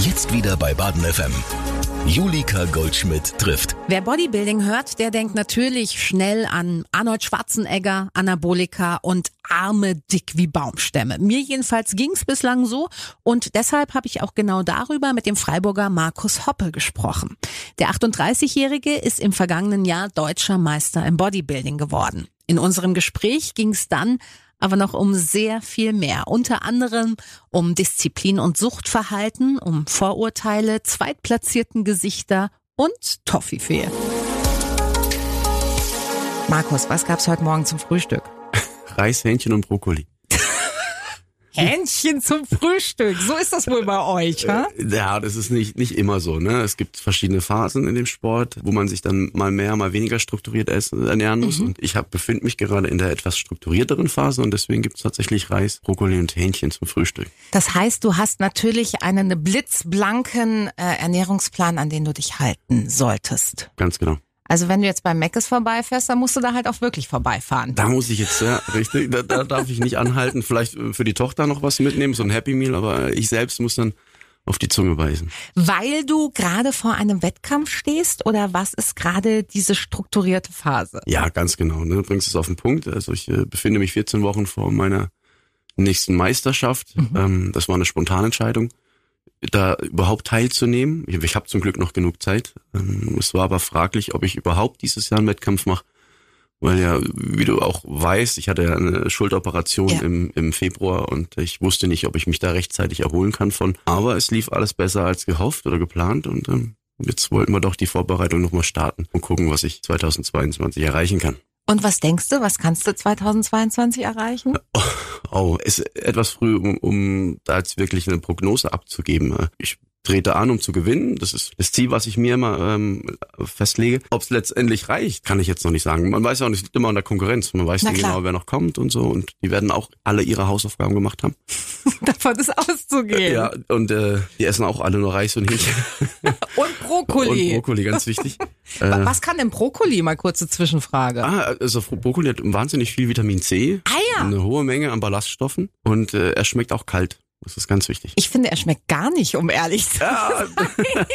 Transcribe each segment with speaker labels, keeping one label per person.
Speaker 1: Jetzt wieder bei Baden FM. Julika Goldschmidt trifft.
Speaker 2: Wer Bodybuilding hört, der denkt natürlich schnell an Arnold Schwarzenegger, Anabolika und Arme dick wie Baumstämme. Mir jedenfalls ging's bislang so und deshalb habe ich auch genau darüber mit dem Freiburger Markus Hoppe gesprochen. Der 38-Jährige ist im vergangenen Jahr deutscher Meister im Bodybuilding geworden. In unserem Gespräch ging's dann aber noch um sehr viel mehr. Unter anderem um Disziplin und Suchtverhalten, um Vorurteile, zweitplatzierten Gesichter und Toffifee. Markus, was gab's heute Morgen zum Frühstück?
Speaker 3: Reis, Hähnchen und Brokkoli.
Speaker 2: Hähnchen zum Frühstück. So ist das wohl bei euch, ha?
Speaker 3: Ja, das ist nicht, nicht immer so. Ne? Es gibt verschiedene Phasen in dem Sport, wo man sich dann mal mehr, mal weniger strukturiert essen, ernähren muss. Und ich hab, befinde mich gerade in der etwas strukturierteren Phase und deswegen gibt's tatsächlich Reis, Brokkoli und Hähnchen zum Frühstück.
Speaker 2: Das heißt, du hast natürlich einen blitzblanken äh, Ernährungsplan, an den du dich halten solltest.
Speaker 3: Ganz genau.
Speaker 2: Also wenn du jetzt bei Meckes vorbeifährst, dann musst du da halt auch wirklich vorbeifahren.
Speaker 3: Da muss ich jetzt, ja, richtig, da, da darf ich nicht anhalten. Vielleicht äh, für die Tochter noch was mitnehmen, so ein Happy Meal, aber ich selbst muss dann auf die Zunge beißen.
Speaker 2: Weil du gerade vor einem Wettkampf stehst oder was ist gerade diese strukturierte Phase?
Speaker 3: Ja, ganz genau. Ne? Du bringst es auf den Punkt. Also ich äh, befinde mich 14 Wochen vor meiner nächsten Meisterschaft. Ähm, das war eine spontane Entscheidung, da überhaupt teilzunehmen. Ich, ich habe zum Glück noch genug Zeit. Ähm, es war aber fraglich, ob ich überhaupt dieses Jahr einen Wettkampf mache. Weil ja, wie du auch weißt, ich hatte ja eine Schulteroperation
Speaker 2: Ja.
Speaker 3: im, im Februar und ich wusste nicht, ob ich mich da rechtzeitig erholen kann von. Aber es lief alles besser als gehofft oder geplant und ähm, jetzt wollten wir doch die Vorbereitung nochmal starten und gucken, was ich 2022 erreichen kann.
Speaker 2: Und was denkst du, was kannst du 2022 erreichen?
Speaker 3: Oh, ist etwas früh, um, um da jetzt wirklich eine Prognose abzugeben. Ich trete an, um zu gewinnen. Das ist das Ziel, was ich mir immer ähm, festlege. Ob es letztendlich reicht, kann ich jetzt noch nicht sagen. Man weiß ja auch nicht, es liegt immer unter Konkurrenz. Man weiß
Speaker 2: Na
Speaker 3: nicht
Speaker 2: klar.
Speaker 3: genau, wer noch kommt und so. Und die werden auch alle ihre Hausaufgaben gemacht haben.
Speaker 2: Davon ist auszugehen.
Speaker 3: Ja, und äh, die essen auch alle nur Reis und Hähnchen
Speaker 2: Und
Speaker 3: und
Speaker 2: Brokkoli.
Speaker 3: Brokkoli, ganz wichtig.
Speaker 2: Wa- was kann denn Brokkoli? Mal kurze Zwischenfrage.
Speaker 3: Ah, also Brokkoli hat wahnsinnig viel Vitamin C,
Speaker 2: Ah ja.
Speaker 3: eine hohe Menge an Ballaststoffen und äh, er schmeckt auch kalt. Das ist ganz wichtig.
Speaker 2: Ich finde, er schmeckt gar nicht, um ehrlich zu sein.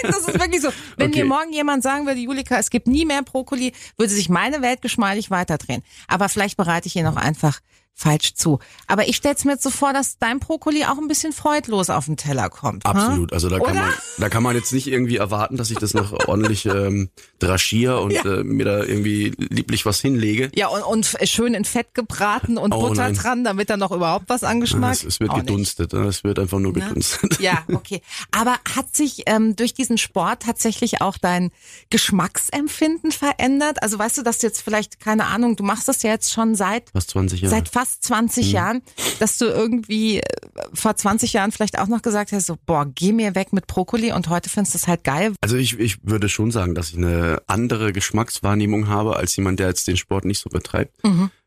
Speaker 2: Das ist wirklich so. Wenn
Speaker 3: Okay.
Speaker 2: mir morgen jemand sagen würde, Julika, es gibt nie mehr Brokkoli, würde sich meine Welt geschmeidig weiterdrehen. Aber vielleicht bereite ich ihn auch einfach falsch zu. Aber ich stelle es mir jetzt so vor, dass dein Brokkoli auch ein bisschen freudlos auf den Teller kommt.
Speaker 3: Absolut,
Speaker 2: Ha?
Speaker 3: also da kann,
Speaker 2: Oder?
Speaker 3: man, da kann man jetzt nicht irgendwie erwarten, dass ich das noch ordentlich ähm, draschiere und
Speaker 2: Ja.
Speaker 3: äh, mir da irgendwie lieblich was hinlege.
Speaker 2: Ja, und, und schön in Fett gebraten und
Speaker 3: Oh,
Speaker 2: Butter
Speaker 3: nein.
Speaker 2: dran, damit da noch überhaupt was angeschmackt. Oh,
Speaker 3: Es, es wird
Speaker 2: Auch nicht. Ne?
Speaker 3: gedunstet, äh, es wird einfach nur
Speaker 2: Na?
Speaker 3: gedunstet.
Speaker 2: Ja, okay. Aber hat sich ähm, durch diesen Sport tatsächlich auch dein Geschmacksempfinden verändert? Also weißt du, dass du jetzt vielleicht, keine Ahnung, du machst das ja jetzt schon seit,
Speaker 3: Fast 20 Jahre.
Speaker 2: seit fast 20 Jahren, dass du irgendwie äh, vor 20 Jahren vielleicht auch noch gesagt hast, so, boah, geh mir weg mit Brokkoli und heute findest du es halt geil.
Speaker 3: also ich, ich würde schon sagen, dass ich eine andere Geschmackswahrnehmung habe als jemand, der jetzt den Sport nicht so betreibt.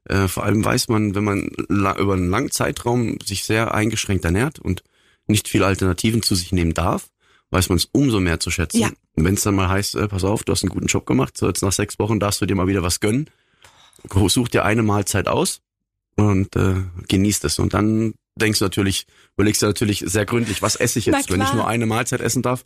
Speaker 3: Äh, vor allem weiß man, wenn man la über einen langen Zeitraum sich sehr eingeschränkt ernährt und nicht viele Alternativen zu sich nehmen darf, weiß man es umso mehr zu schätzen.
Speaker 2: Ja.
Speaker 3: Wenn es dann mal heißt, äh, pass auf, du hast einen guten Job gemacht, so jetzt nach sechs Wochen darfst du dir mal wieder was gönnen, Gro- such dir eine Mahlzeit aus und äh, genießt es. Und dann denkst du natürlich, überlegst du natürlich sehr gründlich, was esse ich
Speaker 2: Na
Speaker 3: jetzt, wenn ich
Speaker 2: klar.
Speaker 3: nur eine Mahlzeit essen darf.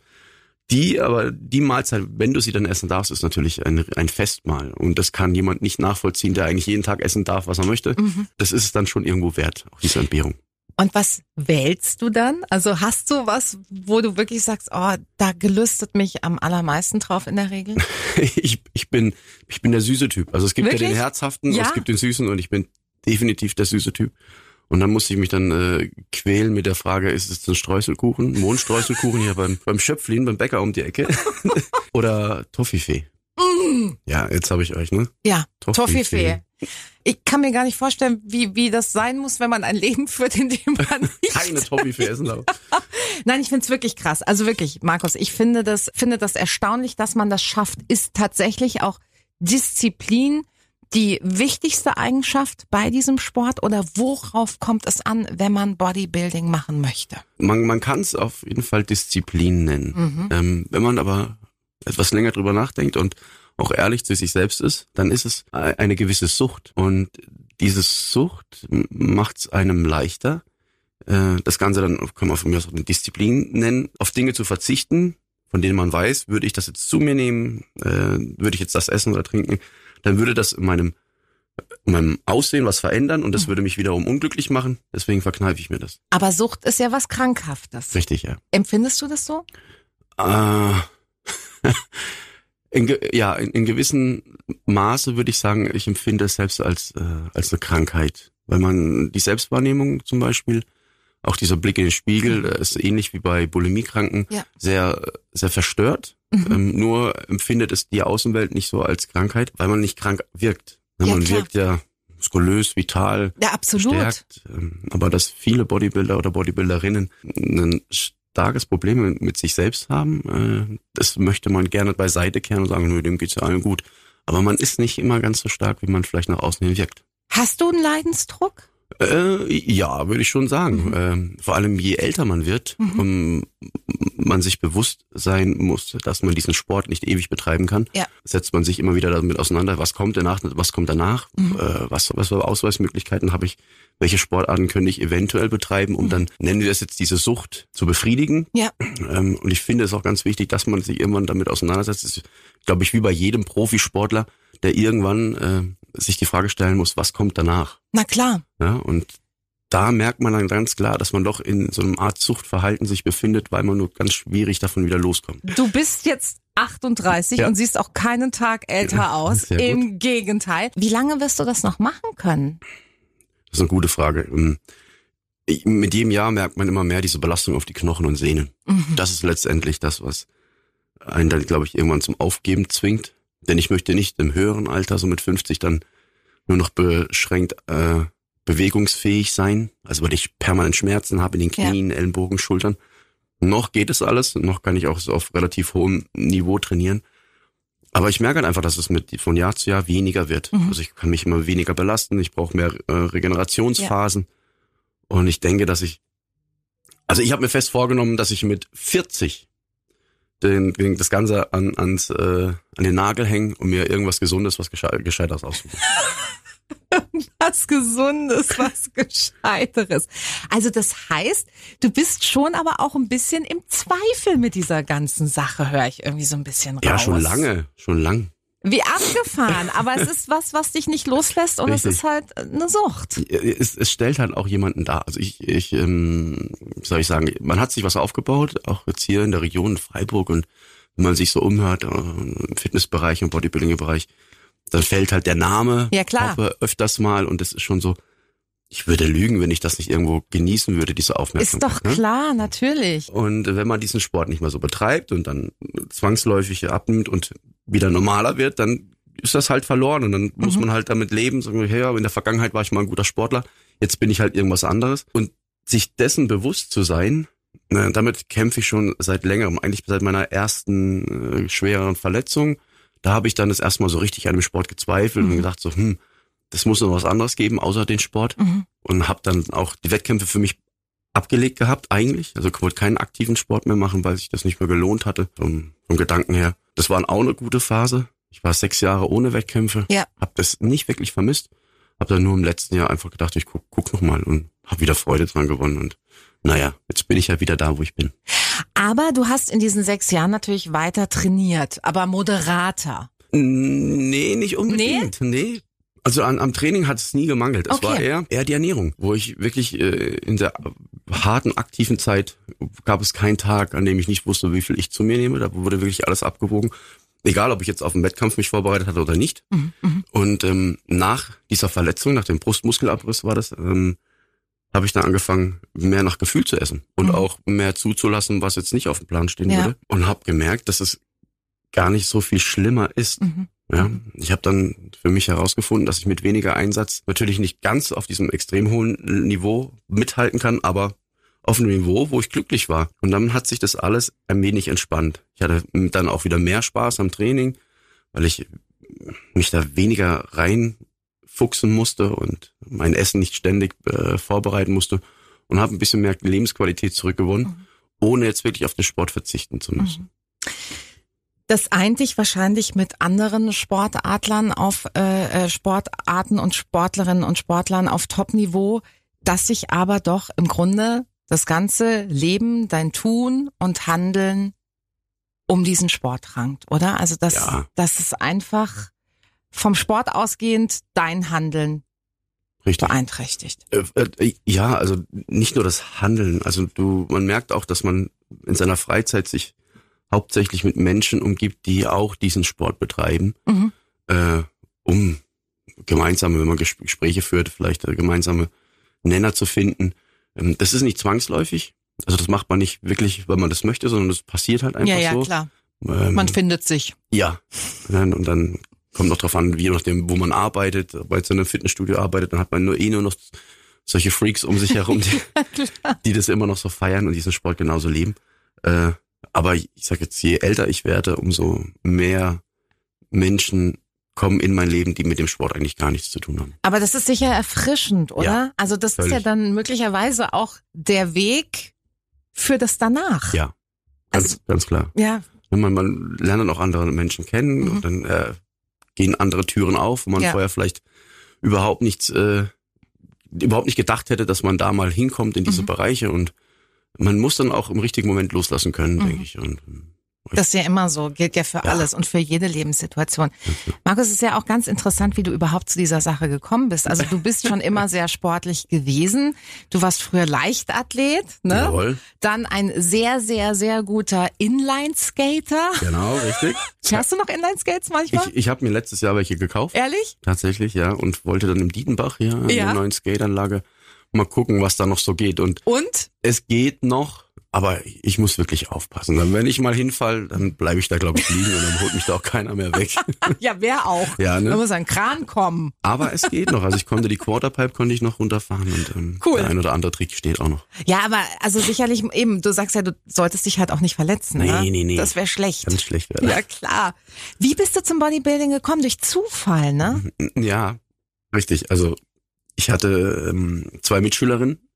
Speaker 3: Die, aber die Mahlzeit, wenn du sie dann essen darfst, ist natürlich ein, ein Festmahl. Und das kann jemand nicht nachvollziehen, der eigentlich jeden Tag essen darf, was er möchte.
Speaker 2: Mhm.
Speaker 3: Das ist es dann schon irgendwo wert, auch diese Entbehrung.
Speaker 2: Und was wählst du dann? Also hast du was, wo du wirklich sagst, oh, da gelüstet mich am allermeisten drauf in der Regel?
Speaker 3: Ich, ich, bin, ich bin der süße Typ. Also es gibt ja
Speaker 2: Wirklich?
Speaker 3: den herzhaften,
Speaker 2: Ja.
Speaker 3: und es gibt den süßen und ich bin definitiv der süße Typ. Und dann musste ich mich dann äh, quälen mit der Frage, ist es ein Streuselkuchen, Mondstreuselkuchen hier beim, beim Schöpflin, beim Bäcker um die Ecke? Oder Toffifee?
Speaker 2: Mm.
Speaker 3: Ja, jetzt habe ich euch, ne?
Speaker 2: Ja,
Speaker 3: Toffifee.
Speaker 2: Toffifee. Ich kann mir gar nicht vorstellen, wie, wie das sein muss, wenn man ein Leben führt, in dem man nicht...
Speaker 3: Keine Toffifee essen darf.
Speaker 2: Nein, ich find's wirklich krass. Also wirklich, Markus, ich finde das, finde das erstaunlich, dass man das schafft, ist tatsächlich auch Disziplin die wichtigste Eigenschaft bei diesem Sport oder worauf kommt es an, wenn man Bodybuilding machen möchte?
Speaker 3: Man, man kann es auf jeden Fall Disziplin nennen. Ähm, wenn man aber etwas länger drüber nachdenkt und auch ehrlich zu sich selbst ist, dann ist es e- eine gewisse Sucht. Und diese Sucht macht es einem leichter, Äh, das Ganze dann kann man von mir aus auch eine Disziplin nennen, auf Dinge zu verzichten, von denen man weiß, würde ich das jetzt zu mir nehmen, äh, würde ich jetzt das essen oder trinken, dann würde das in meinem, in meinem Aussehen was verändern und das würde mich wiederum unglücklich machen. Deswegen verkneife ich mir das.
Speaker 4: Aber Sucht ist ja was Krankhaftes.
Speaker 3: Richtig, ja.
Speaker 4: Empfindest du das so?
Speaker 3: Äh, in, ge- ja, in, in gewissem Maße würde ich sagen, ich empfinde es selbst als, äh, als eine Krankheit. Weil man die Selbstwahrnehmung zum Beispiel, auch dieser Blick in den Spiegel, äh, ist ähnlich wie bei Bulimiekranken,
Speaker 4: Mhm. Ja. Mhm.
Speaker 3: sehr, äh, sehr verstört. Ähm, nur empfindet es die Außenwelt nicht so als Krankheit, weil man nicht krank wirkt.
Speaker 4: Ja,
Speaker 3: man
Speaker 4: klar.
Speaker 3: wirkt ja muskulös, vital,
Speaker 4: Ja, absolut.
Speaker 3: gestärkt. Ähm, Aber dass viele Bodybuilder oder Bodybuilderinnen ein starkes Problem mit sich selbst haben, äh, das möchte man gerne beiseite kehren und sagen, nö, dem geht's ja allen gut. Aber man ist nicht immer ganz so stark, wie man vielleicht nach außen hin wirkt.
Speaker 4: Hast du einen Leidensdruck?
Speaker 3: Äh, ja, würde ich schon sagen.
Speaker 4: Mhm.
Speaker 3: Ähm, vor allem je älter man wird, um, man sich bewusst sein muss, dass man diesen Sport nicht ewig betreiben kann,
Speaker 4: Ja.
Speaker 3: setzt man sich immer wieder damit auseinander, was kommt danach, was kommt danach,
Speaker 4: Mhm.
Speaker 3: äh, was, was für Ausweismöglichkeiten habe ich, welche Sportarten könnte ich eventuell betreiben, um dann, nennen wir es jetzt, diese Sucht zu befriedigen.
Speaker 4: Ja.
Speaker 3: Ähm, und ich finde es auch ganz wichtig, dass man sich irgendwann damit auseinandersetzt. Das ist, glaube ich, wie bei jedem Profisportler, der irgendwann äh, sich die Frage stellen muss, was kommt danach?
Speaker 4: Na klar.
Speaker 3: Ja, und da merkt man dann ganz klar, dass man doch in so einem Art Suchtverhalten sich befindet, weil man nur ganz schwierig davon wieder loskommt.
Speaker 4: Du bist jetzt 38
Speaker 3: Ja.
Speaker 4: und siehst auch keinen Tag älter aus.
Speaker 3: sehr gut.
Speaker 4: Im Gegenteil. Wie lange wirst du das noch machen können?
Speaker 3: Das ist eine gute Frage. Ähm, ich- Mit jedem Jahr merkt man immer mehr diese Belastung auf die Knochen und Sehnen. Das ist letztendlich das, was einen dann, glaube ich, irgendwann zum Aufgeben zwingt. Denn ich möchte nicht im höheren Alter, so mit 50, dann nur noch beschränkt äh, bewegungsfähig sein. Also weil ich permanent Schmerzen habe in den
Speaker 4: Ja.
Speaker 3: Knien, Ellenbogen, Schultern. Noch geht es alles, noch kann ich auch so auf relativ hohem Niveau trainieren. Aber ich merke halt einfach, dass es mit von Jahr zu Jahr weniger wird.
Speaker 4: Mhm.
Speaker 3: Also ich kann mich immer weniger belasten, ich brauche mehr äh, Regenerationsphasen. Und ich denke, dass ich, also ich habe mir fest vorgenommen, dass ich mit 40 den, den, das Ganze an, ans, äh, an den Nagel hängen und mir irgendwas Gesundes, was Gesche Gescheiteres aussuchen.
Speaker 4: Was Gesundes, was Gescheiteres. Also das heißt, du bist schon aber auch ein bisschen im Zweifel mit dieser ganzen Sache, höre ich irgendwie so ein bisschen raus.
Speaker 3: Ja, schon lange, schon lang.
Speaker 4: Wie abgefahren, aber es ist was, was dich nicht loslässt und es
Speaker 3: Richtig.
Speaker 4: ist halt eine Sucht.
Speaker 3: Es, es stellt halt auch jemanden da. Also ich, ich ähm, wie soll ich sagen, man hat sich was aufgebaut, auch jetzt hier in der Region Freiburg und wenn man sich so umhört, äh, im Fitnessbereich und Bodybuilding-Bereich, dann fällt halt der Name
Speaker 4: Ja, klar.
Speaker 3: Hoppe öfters mal und das ist schon so, ich würde lügen, wenn ich das nicht irgendwo genießen würde, diese
Speaker 4: Ist
Speaker 3: Aufmerksamkeit.
Speaker 4: doch
Speaker 3: ne?
Speaker 4: klar, natürlich.
Speaker 3: Und wenn man diesen Sport nicht mehr so betreibt und dann zwangsläufig abnimmt und wieder normaler wird, dann ist das halt verloren und dann muss man halt damit leben, sagen wir, hey, aber in der Vergangenheit war ich mal ein guter Sportler, jetzt bin ich halt irgendwas anderes. Und sich dessen bewusst zu sein, ne, damit kämpfe ich schon seit längerem, eigentlich seit meiner ersten äh, schwereren Verletzung. Da habe ich dann das erste Mal so richtig an dem Sport gezweifelt und gedacht so, hm, das muss noch was anderes geben, außer den Sport
Speaker 4: Mhm.
Speaker 3: und habe dann auch die Wettkämpfe für mich abgelegt gehabt eigentlich. Also ich wollte keinen aktiven Sport mehr machen, weil sich das nicht mehr gelohnt hatte vom, vom Gedanken her. Das war auch eine gute Phase. Ich war sechs Jahre ohne Wettkämpfe,
Speaker 4: Ja.
Speaker 3: habe das nicht wirklich vermisst, habe dann nur im letzten Jahr einfach gedacht, ich guck, guck noch mal und habe wieder Freude dran gewonnen und naja, jetzt bin ich ja wieder da, wo ich bin.
Speaker 4: Aber du hast in diesen sechs Jahren natürlich weiter trainiert, aber moderater.
Speaker 3: Nee, nicht unbedingt. Nee. Also an, am Training hat es nie gemangelt. Es
Speaker 4: Okay.
Speaker 3: war eher, eher die Ernährung, wo ich wirklich äh, in der harten, aktiven Zeit gab es keinen Tag, an dem ich nicht wusste, wie viel ich zu mir nehme. Da wurde wirklich alles abgewogen. Egal, ob ich jetzt auf den Wettkampf mich vorbereitet hatte oder nicht. Und ähm, nach dieser Verletzung, nach dem Brustmuskelabriss war das, ähm, habe ich dann angefangen, mehr nach Gefühl zu essen und
Speaker 4: Mhm.
Speaker 3: auch mehr zuzulassen, was jetzt nicht auf dem Plan stehen
Speaker 4: Ja.
Speaker 3: würde. Und habe gemerkt, dass es gar nicht so viel schlimmer ist,
Speaker 4: Mhm.
Speaker 3: ja, ich habe dann für mich herausgefunden, dass ich mit weniger Einsatz natürlich nicht ganz auf diesem extrem hohen Niveau mithalten kann, aber auf einem Niveau, wo ich glücklich war. Und dann hat sich das alles ein wenig entspannt. Ich hatte dann auch wieder mehr Spaß am Training, weil ich mich da weniger reinfuchsen musste und mein Essen nicht ständig äh, vorbereiten musste und habe ein bisschen mehr Lebensqualität zurückgewonnen, ohne jetzt wirklich auf den Sport verzichten zu müssen.
Speaker 4: Das eint dich wahrscheinlich mit anderen Sportadlern auf äh, äh, Sportarten und Sportlerinnen und Sportlern auf Top-Niveau,
Speaker 2: dass sich aber doch im Grunde das ganze Leben, dein Tun und Handeln um diesen Sport rankt, oder? Also das,
Speaker 3: Ja.
Speaker 2: das ist einfach vom Sport ausgehend dein Handeln
Speaker 3: Richtig.
Speaker 2: beeinträchtigt.
Speaker 3: Äh, äh, ja, also nicht nur das Handeln. Also du, man merkt auch, dass man in seiner Freizeit sich hauptsächlich mit Menschen umgibt, die auch diesen Sport betreiben,
Speaker 2: Mhm.
Speaker 3: äh, um gemeinsame, wenn man Ges- Gespräche führt, vielleicht äh, gemeinsame Nenner zu finden. Ähm, das ist nicht zwangsläufig. Also das macht man nicht wirklich, weil man das möchte, sondern das passiert halt einfach
Speaker 2: ja, ja,
Speaker 3: so.
Speaker 2: klar.
Speaker 3: Ähm,
Speaker 2: Man findet sich.
Speaker 3: ja. Und dann, und dann kommt noch drauf an, wie je nachdem, wo man arbeitet. Ob man jetzt in einem Fitnessstudio arbeitet, dann hat man nur eh nur noch solche Freaks um sich herum, die, die das immer noch so feiern und diesen Sport genauso leben. Äh, aber ich sag jetzt, je älter ich werde, umso mehr Menschen kommen in mein Leben, die mit dem Sport eigentlich gar nichts zu tun haben.
Speaker 2: Aber das ist sicher erfrischend, oder?
Speaker 3: Ja,
Speaker 2: also das ist ja
Speaker 3: völlig.
Speaker 2: dann möglicherweise auch der Weg für das danach.
Speaker 3: Ja. Ganz,
Speaker 2: Also-
Speaker 3: ganz klar.
Speaker 2: Ja,
Speaker 3: Wenn man, man lernt dann auch andere Menschen kennen
Speaker 2: Mhm.
Speaker 3: und dann äh, gehen andere Türen auf, wo man
Speaker 2: Ja.
Speaker 3: vorher vielleicht überhaupt nichts, äh, überhaupt nicht gedacht hätte, dass man da mal hinkommt in diese
Speaker 2: Mhm.
Speaker 3: Bereiche und man muss dann auch im richtigen Moment loslassen können,
Speaker 2: Mhm.
Speaker 3: denke ich. Und ähm,
Speaker 2: Das ist ja immer so, gilt ja für alles und für jede Lebenssituation. Markus, es ist ja auch ganz interessant, wie du überhaupt zu dieser Sache gekommen bist. Also du bist schon immer sehr sportlich gewesen. Du warst früher Leichtathlet, ne?
Speaker 3: jawohl,
Speaker 2: Dann ein sehr, sehr, sehr guter Inlineskater.
Speaker 3: genau, richtig.
Speaker 2: Fährst du noch Inlineskates manchmal?
Speaker 3: Ich, ich habe mir letztes Jahr welche gekauft,
Speaker 2: Ehrlich?
Speaker 3: tatsächlich, ja, und wollte dann im Diedenbach hier in
Speaker 2: Ja.
Speaker 3: der neuen Skateanlage mal gucken, was da noch so geht. Und
Speaker 2: Und?
Speaker 3: es geht noch, aber ich muss wirklich aufpassen. Dann, wenn ich mal hinfall, dann bleibe ich da, glaube ich, liegen und dann holt mich da auch keiner mehr weg.
Speaker 2: Ja, wer auch?
Speaker 3: Ja, ne?
Speaker 2: Da muss ein Kran kommen.
Speaker 3: Aber es geht noch. Also ich konnte die Quarterpipe konnte ich noch runterfahren und ähm,
Speaker 2: Cool.
Speaker 3: der ein oder andere Trick steht auch noch.
Speaker 2: Ja, aber also sicherlich eben, du sagst ja, du solltest dich halt auch nicht verletzen.
Speaker 3: Nee,
Speaker 2: ne?
Speaker 3: nee, nee.
Speaker 2: Das wäre schlecht.
Speaker 3: Ganz schlecht werden.
Speaker 2: Ja, klar. Wie bist du zum Bodybuilding gekommen? Durch Zufall, ne?
Speaker 3: Mhm, Ja, richtig. Also ich hatte ähm, zwei Mitschülerinnen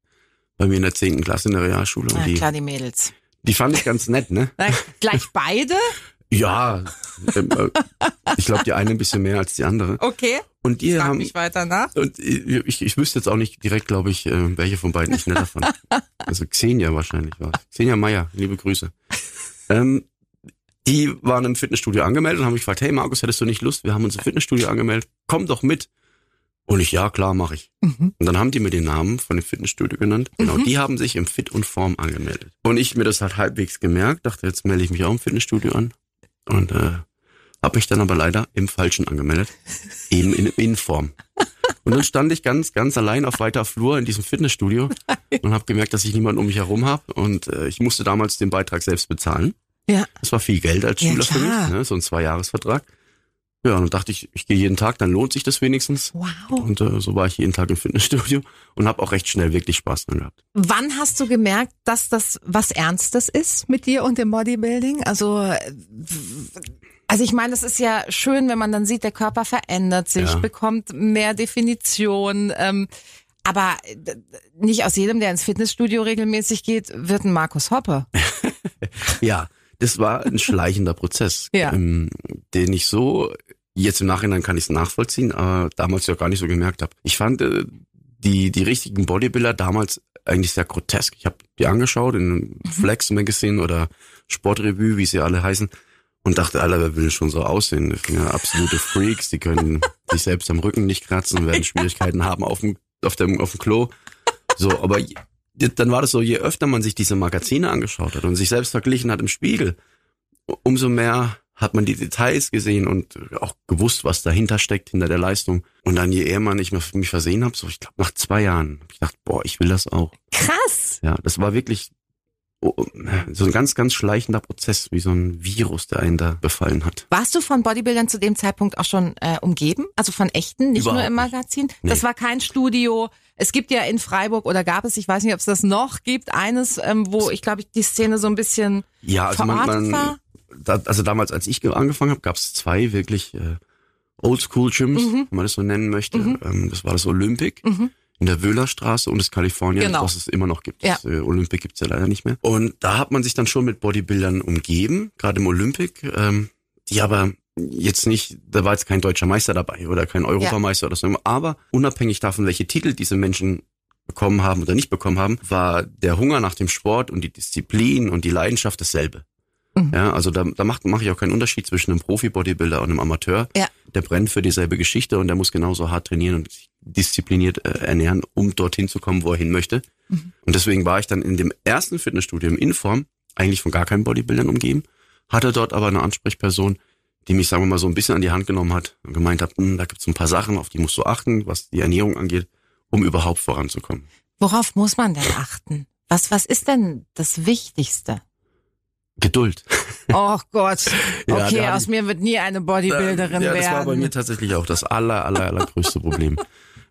Speaker 3: bei mir in der zehnten Klasse in der Realschule und
Speaker 2: Ja,
Speaker 3: die,
Speaker 2: Ah, klar, die Mädels.
Speaker 3: die fand ich ganz nett, ne?
Speaker 2: Na, gleich beide?
Speaker 3: Ja, ähm, äh, ich glaube die eine ein bisschen mehr als die andere.
Speaker 2: Okay,
Speaker 3: Und die
Speaker 2: frag
Speaker 3: haben
Speaker 2: mich weiter nach.
Speaker 3: Und äh, ich, ich wüsste jetzt auch nicht direkt, glaube ich, äh, welche von beiden ich schneller fand. Also Xenia wahrscheinlich war Xenia Meier, liebe Grüße. Ähm, die waren im Fitnessstudio angemeldet und haben mich gefragt, hey Markus, hättest du nicht Lust? Wir haben uns im Fitnessstudio angemeldet, komm doch mit. Und ich, ja, klar, mache ich.
Speaker 2: Mhm.
Speaker 3: Und dann haben die mir den Namen von dem Fitnessstudio genannt. Genau, die haben sich im Fit und Form angemeldet. Und ich mir das halt halbwegs gemerkt, dachte, jetzt melde ich mich auch im Fitnessstudio an. Und äh, habe mich dann aber leider im Falschen angemeldet. Eben in, in Form. Und dann stand ich ganz, ganz allein auf weiter Flur in diesem Fitnessstudio und habe gemerkt, dass ich niemanden um mich herum habe. Und äh, ich musste damals den Beitrag selbst bezahlen.
Speaker 2: Ja.
Speaker 3: Das war viel Geld als
Speaker 2: Ja,
Speaker 3: Schüler für
Speaker 2: klar.
Speaker 3: mich, ne? so ein Zweijahresvertrag. Ja, und dann dachte ich, ich gehe jeden Tag, dann lohnt sich das wenigstens.
Speaker 2: Wow.
Speaker 3: Und äh, so war ich jeden Tag im Fitnessstudio und habe auch recht schnell wirklich Spaß dran gehabt.
Speaker 2: Wann hast du gemerkt, dass das was Ernstes ist mit dir und dem Bodybuilding? Also, äh, also ich meine, es ist ja schön, wenn man dann sieht, der Körper verändert sich,
Speaker 3: Ja.
Speaker 2: bekommt mehr Definition. Ähm, aber äh, nicht aus jedem, der ins Fitnessstudio regelmäßig geht, wird ein Markus Hoppe.
Speaker 3: Ja, das war ein schleichender Prozess,
Speaker 2: Ja.
Speaker 3: ähm, den ich so, jetzt im Nachhinein kann ich es nachvollziehen, aber damals ja gar nicht so gemerkt habe. Ich fand äh, die, die richtigen Bodybuilder damals eigentlich sehr grotesk. Ich habe die angeschaut in Flex Magazine oder Sportrevue, wie sie alle heißen, und dachte, Alter, wer will schon so aussehen? Das sind ja absolute Freaks, die können sich selbst am Rücken nicht kratzen, werden Schwierigkeiten haben auf dem, auf dem, auf dem Klo. So, aber je- dann war das so, je öfter man sich diese Magazine angeschaut hat und sich selbst verglichen hat im Spiegel, umso mehr hat man die Details gesehen und auch gewusst, was dahinter steckt, hinter der Leistung. Und dann, je eher man ich mich versehen habe, so ich glaube nach zwei Jahren, hab ich gedacht, boah, ich will das auch.
Speaker 2: Krass.
Speaker 3: Ja, das war wirklich oh, oh, so ein ganz, ganz schleichender Prozess, wie so ein Virus, der einen da befallen hat.
Speaker 2: Warst du von Bodybuildern zu dem Zeitpunkt auch schon äh, umgeben? Also von echten, nicht nur
Speaker 3: Überhaupt
Speaker 2: im
Speaker 3: nicht.
Speaker 2: Magazin?
Speaker 3: Nee.
Speaker 2: Das war kein Studio. Es gibt ja in Freiburg oder gab es, ich weiß nicht, ob es das noch gibt, eines, ähm, wo ich glaube, ich die Szene so ein bisschen
Speaker 3: Ja, also man,
Speaker 2: verortet
Speaker 3: man
Speaker 2: war.
Speaker 3: da, also damals, als ich ge- angefangen habe, gab es zwei wirklich äh, Oldschool-Gyms, wenn man das so nennen möchte. Ähm, das war das Olympic in der Wöhlerstraße und das Kalifornien,
Speaker 2: Genau.
Speaker 3: was es immer noch gibt.
Speaker 2: Ja.
Speaker 3: Das äh, Olympic gibt's ja leider nicht mehr. Und da hat man sich dann schon mit Bodybuildern umgeben, gerade im Olympic, ähm, die aber jetzt nicht, da war jetzt kein deutscher Meister dabei oder kein Europameister oder so, aber unabhängig davon, welche Titel diese Menschen bekommen haben oder nicht bekommen haben, war der Hunger nach dem Sport und die Disziplin und die Leidenschaft dasselbe.
Speaker 2: Mhm.
Speaker 3: Ja, also da, da macht- mache ich auch keinen Unterschied zwischen einem Profi-Bodybuilder und einem Amateur.
Speaker 2: Ja.
Speaker 3: Der brennt für dieselbe Geschichte und der muss genauso hart trainieren und sich diszipliniert äh, ernähren, um dorthin zu kommen, wo er hin möchte. Und deswegen war ich dann in dem ersten Fitnessstudio im Inform eigentlich von gar keinen Bodybuildern umgeben, hatte dort aber eine Ansprechperson, die mich, sagen wir mal, so ein bisschen an die Hand genommen hat und gemeint hat, "Hm, da gibt es ein paar Sachen, auf die musst du achten, was die Ernährung angeht, um überhaupt voranzukommen.
Speaker 2: Worauf muss man denn achten? Was, was ist denn das Wichtigste?
Speaker 3: Geduld.
Speaker 2: Oh Gott.
Speaker 3: Ja,
Speaker 2: Okay,
Speaker 3: da hab
Speaker 2: aus
Speaker 3: ich-
Speaker 2: mir wird nie eine Bodybuilderin
Speaker 3: ja, Das war bei
Speaker 2: werden.
Speaker 3: mir tatsächlich auch das aller, aller, allergrößte Problem.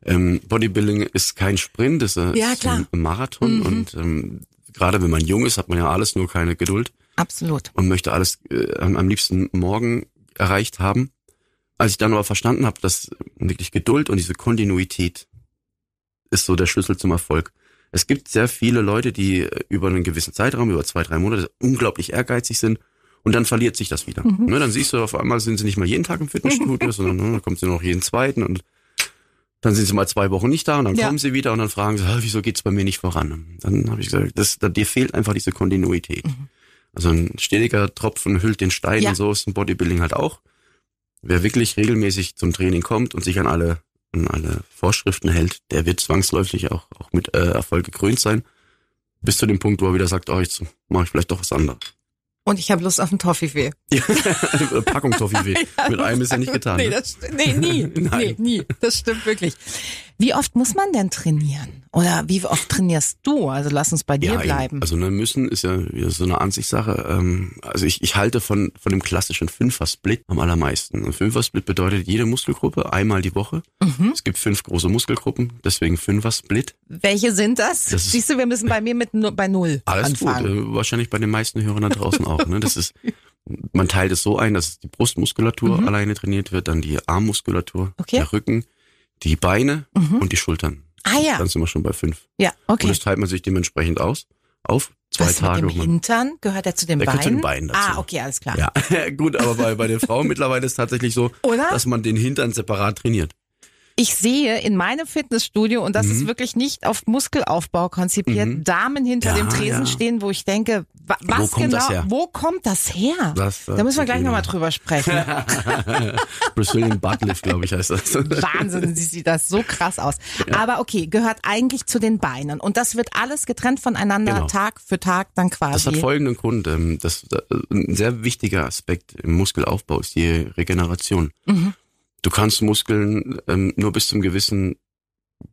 Speaker 3: Ähm, Bodybuilding ist kein Sprint, ist, äh,
Speaker 2: Ja,
Speaker 3: ist
Speaker 2: klar. Mhm.
Speaker 3: ein Marathon und ähm, gerade wenn man jung ist, hat man ja alles nur keine Geduld
Speaker 2: Absolut.
Speaker 3: und möchte alles äh, am am liebsten morgen erreicht haben. Als ich dann aber verstanden habe, dass wirklich Geduld und diese Kontinuität ist so der Schlüssel zum Erfolg. Es gibt sehr viele Leute, die äh, über einen gewissen Zeitraum, über zwei, drei Monate, unglaublich ehrgeizig sind und dann verliert sich das wieder. Ne, dann siehst du auf einmal, sind sie nicht mal jeden Tag im Fitnessstudio, sondern ne, dann kommen sie noch jeden zweiten und dann sind sie mal zwei Wochen nicht da und dann
Speaker 2: Ja.
Speaker 3: kommen sie wieder und dann fragen sie, "Ah, wieso geht's bei mir nicht voran? Dann habe ich gesagt, das, da, dir fehlt einfach diese Kontinuität. Also ein stetiger Tropfen hüllt den Stein
Speaker 2: Ja.
Speaker 3: und so ist ein Bodybuilding halt auch. Wer wirklich regelmäßig zum Training kommt und sich an alle, an alle Vorschriften hält, der wird zwangsläufig auch, auch mit äh, Erfolg gekrönt sein. Bis zu dem Punkt, wo er wieder sagt, oh, jetzt mache ich vielleicht doch was anderes.
Speaker 2: Und ich habe Lust auf einen Toffifee.
Speaker 3: Packung Toffifee. Mit einem ist ja nicht getan.
Speaker 2: Nee,
Speaker 3: ne?
Speaker 2: das, st- nee nie. nee,
Speaker 3: Nein.
Speaker 2: nie. Das stimmt wirklich. Wie oft muss man denn trainieren? Oder wie oft trainierst du? Also lass uns bei dir
Speaker 3: Ja,
Speaker 2: bleiben.
Speaker 3: eben. also ne, müssen ist ja wieder so eine Ansichtssache. Ähm, also ich, ich halte von, von dem klassischen Fünfer-Split am allermeisten. Ein Fünfer-Split bedeutet jede Muskelgruppe einmal die Woche.
Speaker 2: Mhm.
Speaker 3: Es gibt fünf große Muskelgruppen, deswegen Fünfer-Split.
Speaker 2: Welche sind das?
Speaker 3: Das ist-
Speaker 2: Siehst du, wir müssen bei mir mit nu- bei null
Speaker 3: Alles
Speaker 2: anfangen.
Speaker 3: gut, äh, wahrscheinlich bei den meisten Hörern da draußen auch. Ne? Das ist, man teilt es so ein, dass die Brustmuskulatur alleine trainiert wird, dann die Armmuskulatur,
Speaker 2: Mhm. Okay. Mhm.
Speaker 3: der Rücken, die Beine und die Schultern.
Speaker 2: Ah ja,
Speaker 3: Dann sind wir schon bei fünf.
Speaker 2: ja, okay.
Speaker 3: Und das teilt man sich dementsprechend aus auf äh, zwei
Speaker 2: Was
Speaker 3: Tage.
Speaker 2: mit
Speaker 3: wo
Speaker 2: dem
Speaker 3: man-
Speaker 2: Hintern? Gehört er zu den
Speaker 3: Der
Speaker 2: Beinen?
Speaker 3: gehört zu den Beinen dazu.
Speaker 2: Ah, okay, alles klar.
Speaker 3: Ja, gut, aber bei, bei den Frauen mittlerweile ist es tatsächlich so,
Speaker 2: Oder?
Speaker 3: dass man den Hintern separat trainiert.
Speaker 2: Ich sehe in meinem Fitnessstudio, und das
Speaker 3: Mhm.
Speaker 2: ist wirklich nicht auf Muskelaufbau konzipiert, Damen hinter
Speaker 3: Ja,
Speaker 2: dem Tresen
Speaker 3: ja.
Speaker 2: stehen, wo ich denke, wa was
Speaker 3: Wo kommt
Speaker 2: genau,
Speaker 3: das her?
Speaker 2: wo kommt das her?
Speaker 3: Das, äh,
Speaker 2: da müssen wir gleich
Speaker 3: genau.
Speaker 2: nochmal drüber sprechen.
Speaker 3: Brazilian Buttlift, glaube ich, heißt das.
Speaker 2: Wahnsinn, sie sieht das so krass aus. Aber okay, gehört eigentlich zu den Beinen. Und das wird alles getrennt voneinander,
Speaker 3: Genau.
Speaker 2: Tag für Tag dann quasi.
Speaker 3: Das hat folgenden Grund. ähm, Das, äh, ein sehr wichtiger Aspekt im Muskelaufbau ist die Regeneration.
Speaker 2: Mhm.
Speaker 3: Du kannst Muskeln ähm, nur bis zum gewissen,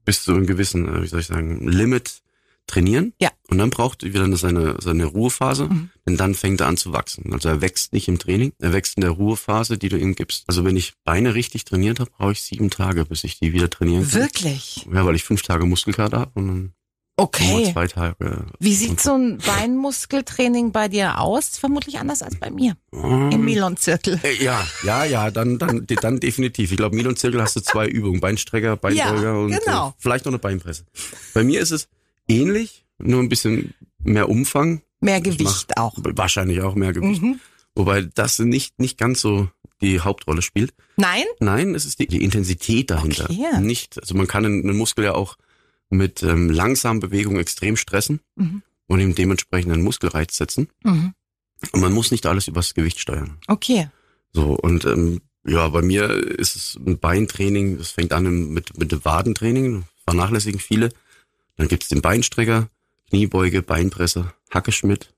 Speaker 3: bis zu einem gewissen, äh, wie soll ich sagen, Limit trainieren.
Speaker 2: Ja. Mhm.
Speaker 3: Und dann braucht er wieder seine, seine Ruhephase, denn dann fängt er an zu wachsen. Also er wächst nicht im Training, er wächst in der Ruhephase, die du ihm gibst. Also wenn ich Beine richtig trainiert habe, brauche ich sieben Tage, bis ich die wieder trainieren kann.
Speaker 2: Wirklich?
Speaker 3: Ja, weil ich fünf Tage Muskelkater habe und dann nochmal
Speaker 2: Okay.
Speaker 3: zwei Tage.
Speaker 2: Wie sieht so ein Beinmuskeltraining bei dir aus? Vermutlich anders als bei mir. Im Milon-Zirkel.
Speaker 3: Äh, Ja, ja, ja, dann, dann, de- dann definitiv. Ich glaube, Mil und Zirkel hast du zwei Übungen. Beinstrecker, Beinbeuger
Speaker 2: Ja,
Speaker 3: und
Speaker 2: genau.
Speaker 3: äh, vielleicht noch eine Beinpresse. Bei mir ist es ähnlich, nur ein bisschen mehr Umfang.
Speaker 2: Mehr
Speaker 3: Ich
Speaker 2: Gewicht auch.
Speaker 3: Wahrscheinlich auch mehr Gewicht.
Speaker 2: Mhm.
Speaker 3: Wobei das nicht, nicht ganz so die Hauptrolle spielt.
Speaker 2: Nein?
Speaker 3: Nein, es ist die, die Intensität dahinter.
Speaker 2: Okay.
Speaker 3: Nicht, also man kann einen einen Muskel ja auch mit ähm, langsamen Bewegungen extrem stressen
Speaker 2: Mhm.
Speaker 3: und ihm dementsprechenden Muskelreiz setzen.
Speaker 2: Mhm.
Speaker 3: Und man muss nicht alles übers Gewicht steuern.
Speaker 2: Okay.
Speaker 3: So, und ähm, ja, bei mir ist es ein Beintraining, das fängt an im- mit, mit dem Wadentraining, vernachlässigen viele. Dann gibt's den Beinstrecker, Kniebeuge, Beinpresse, Hackeschmidt,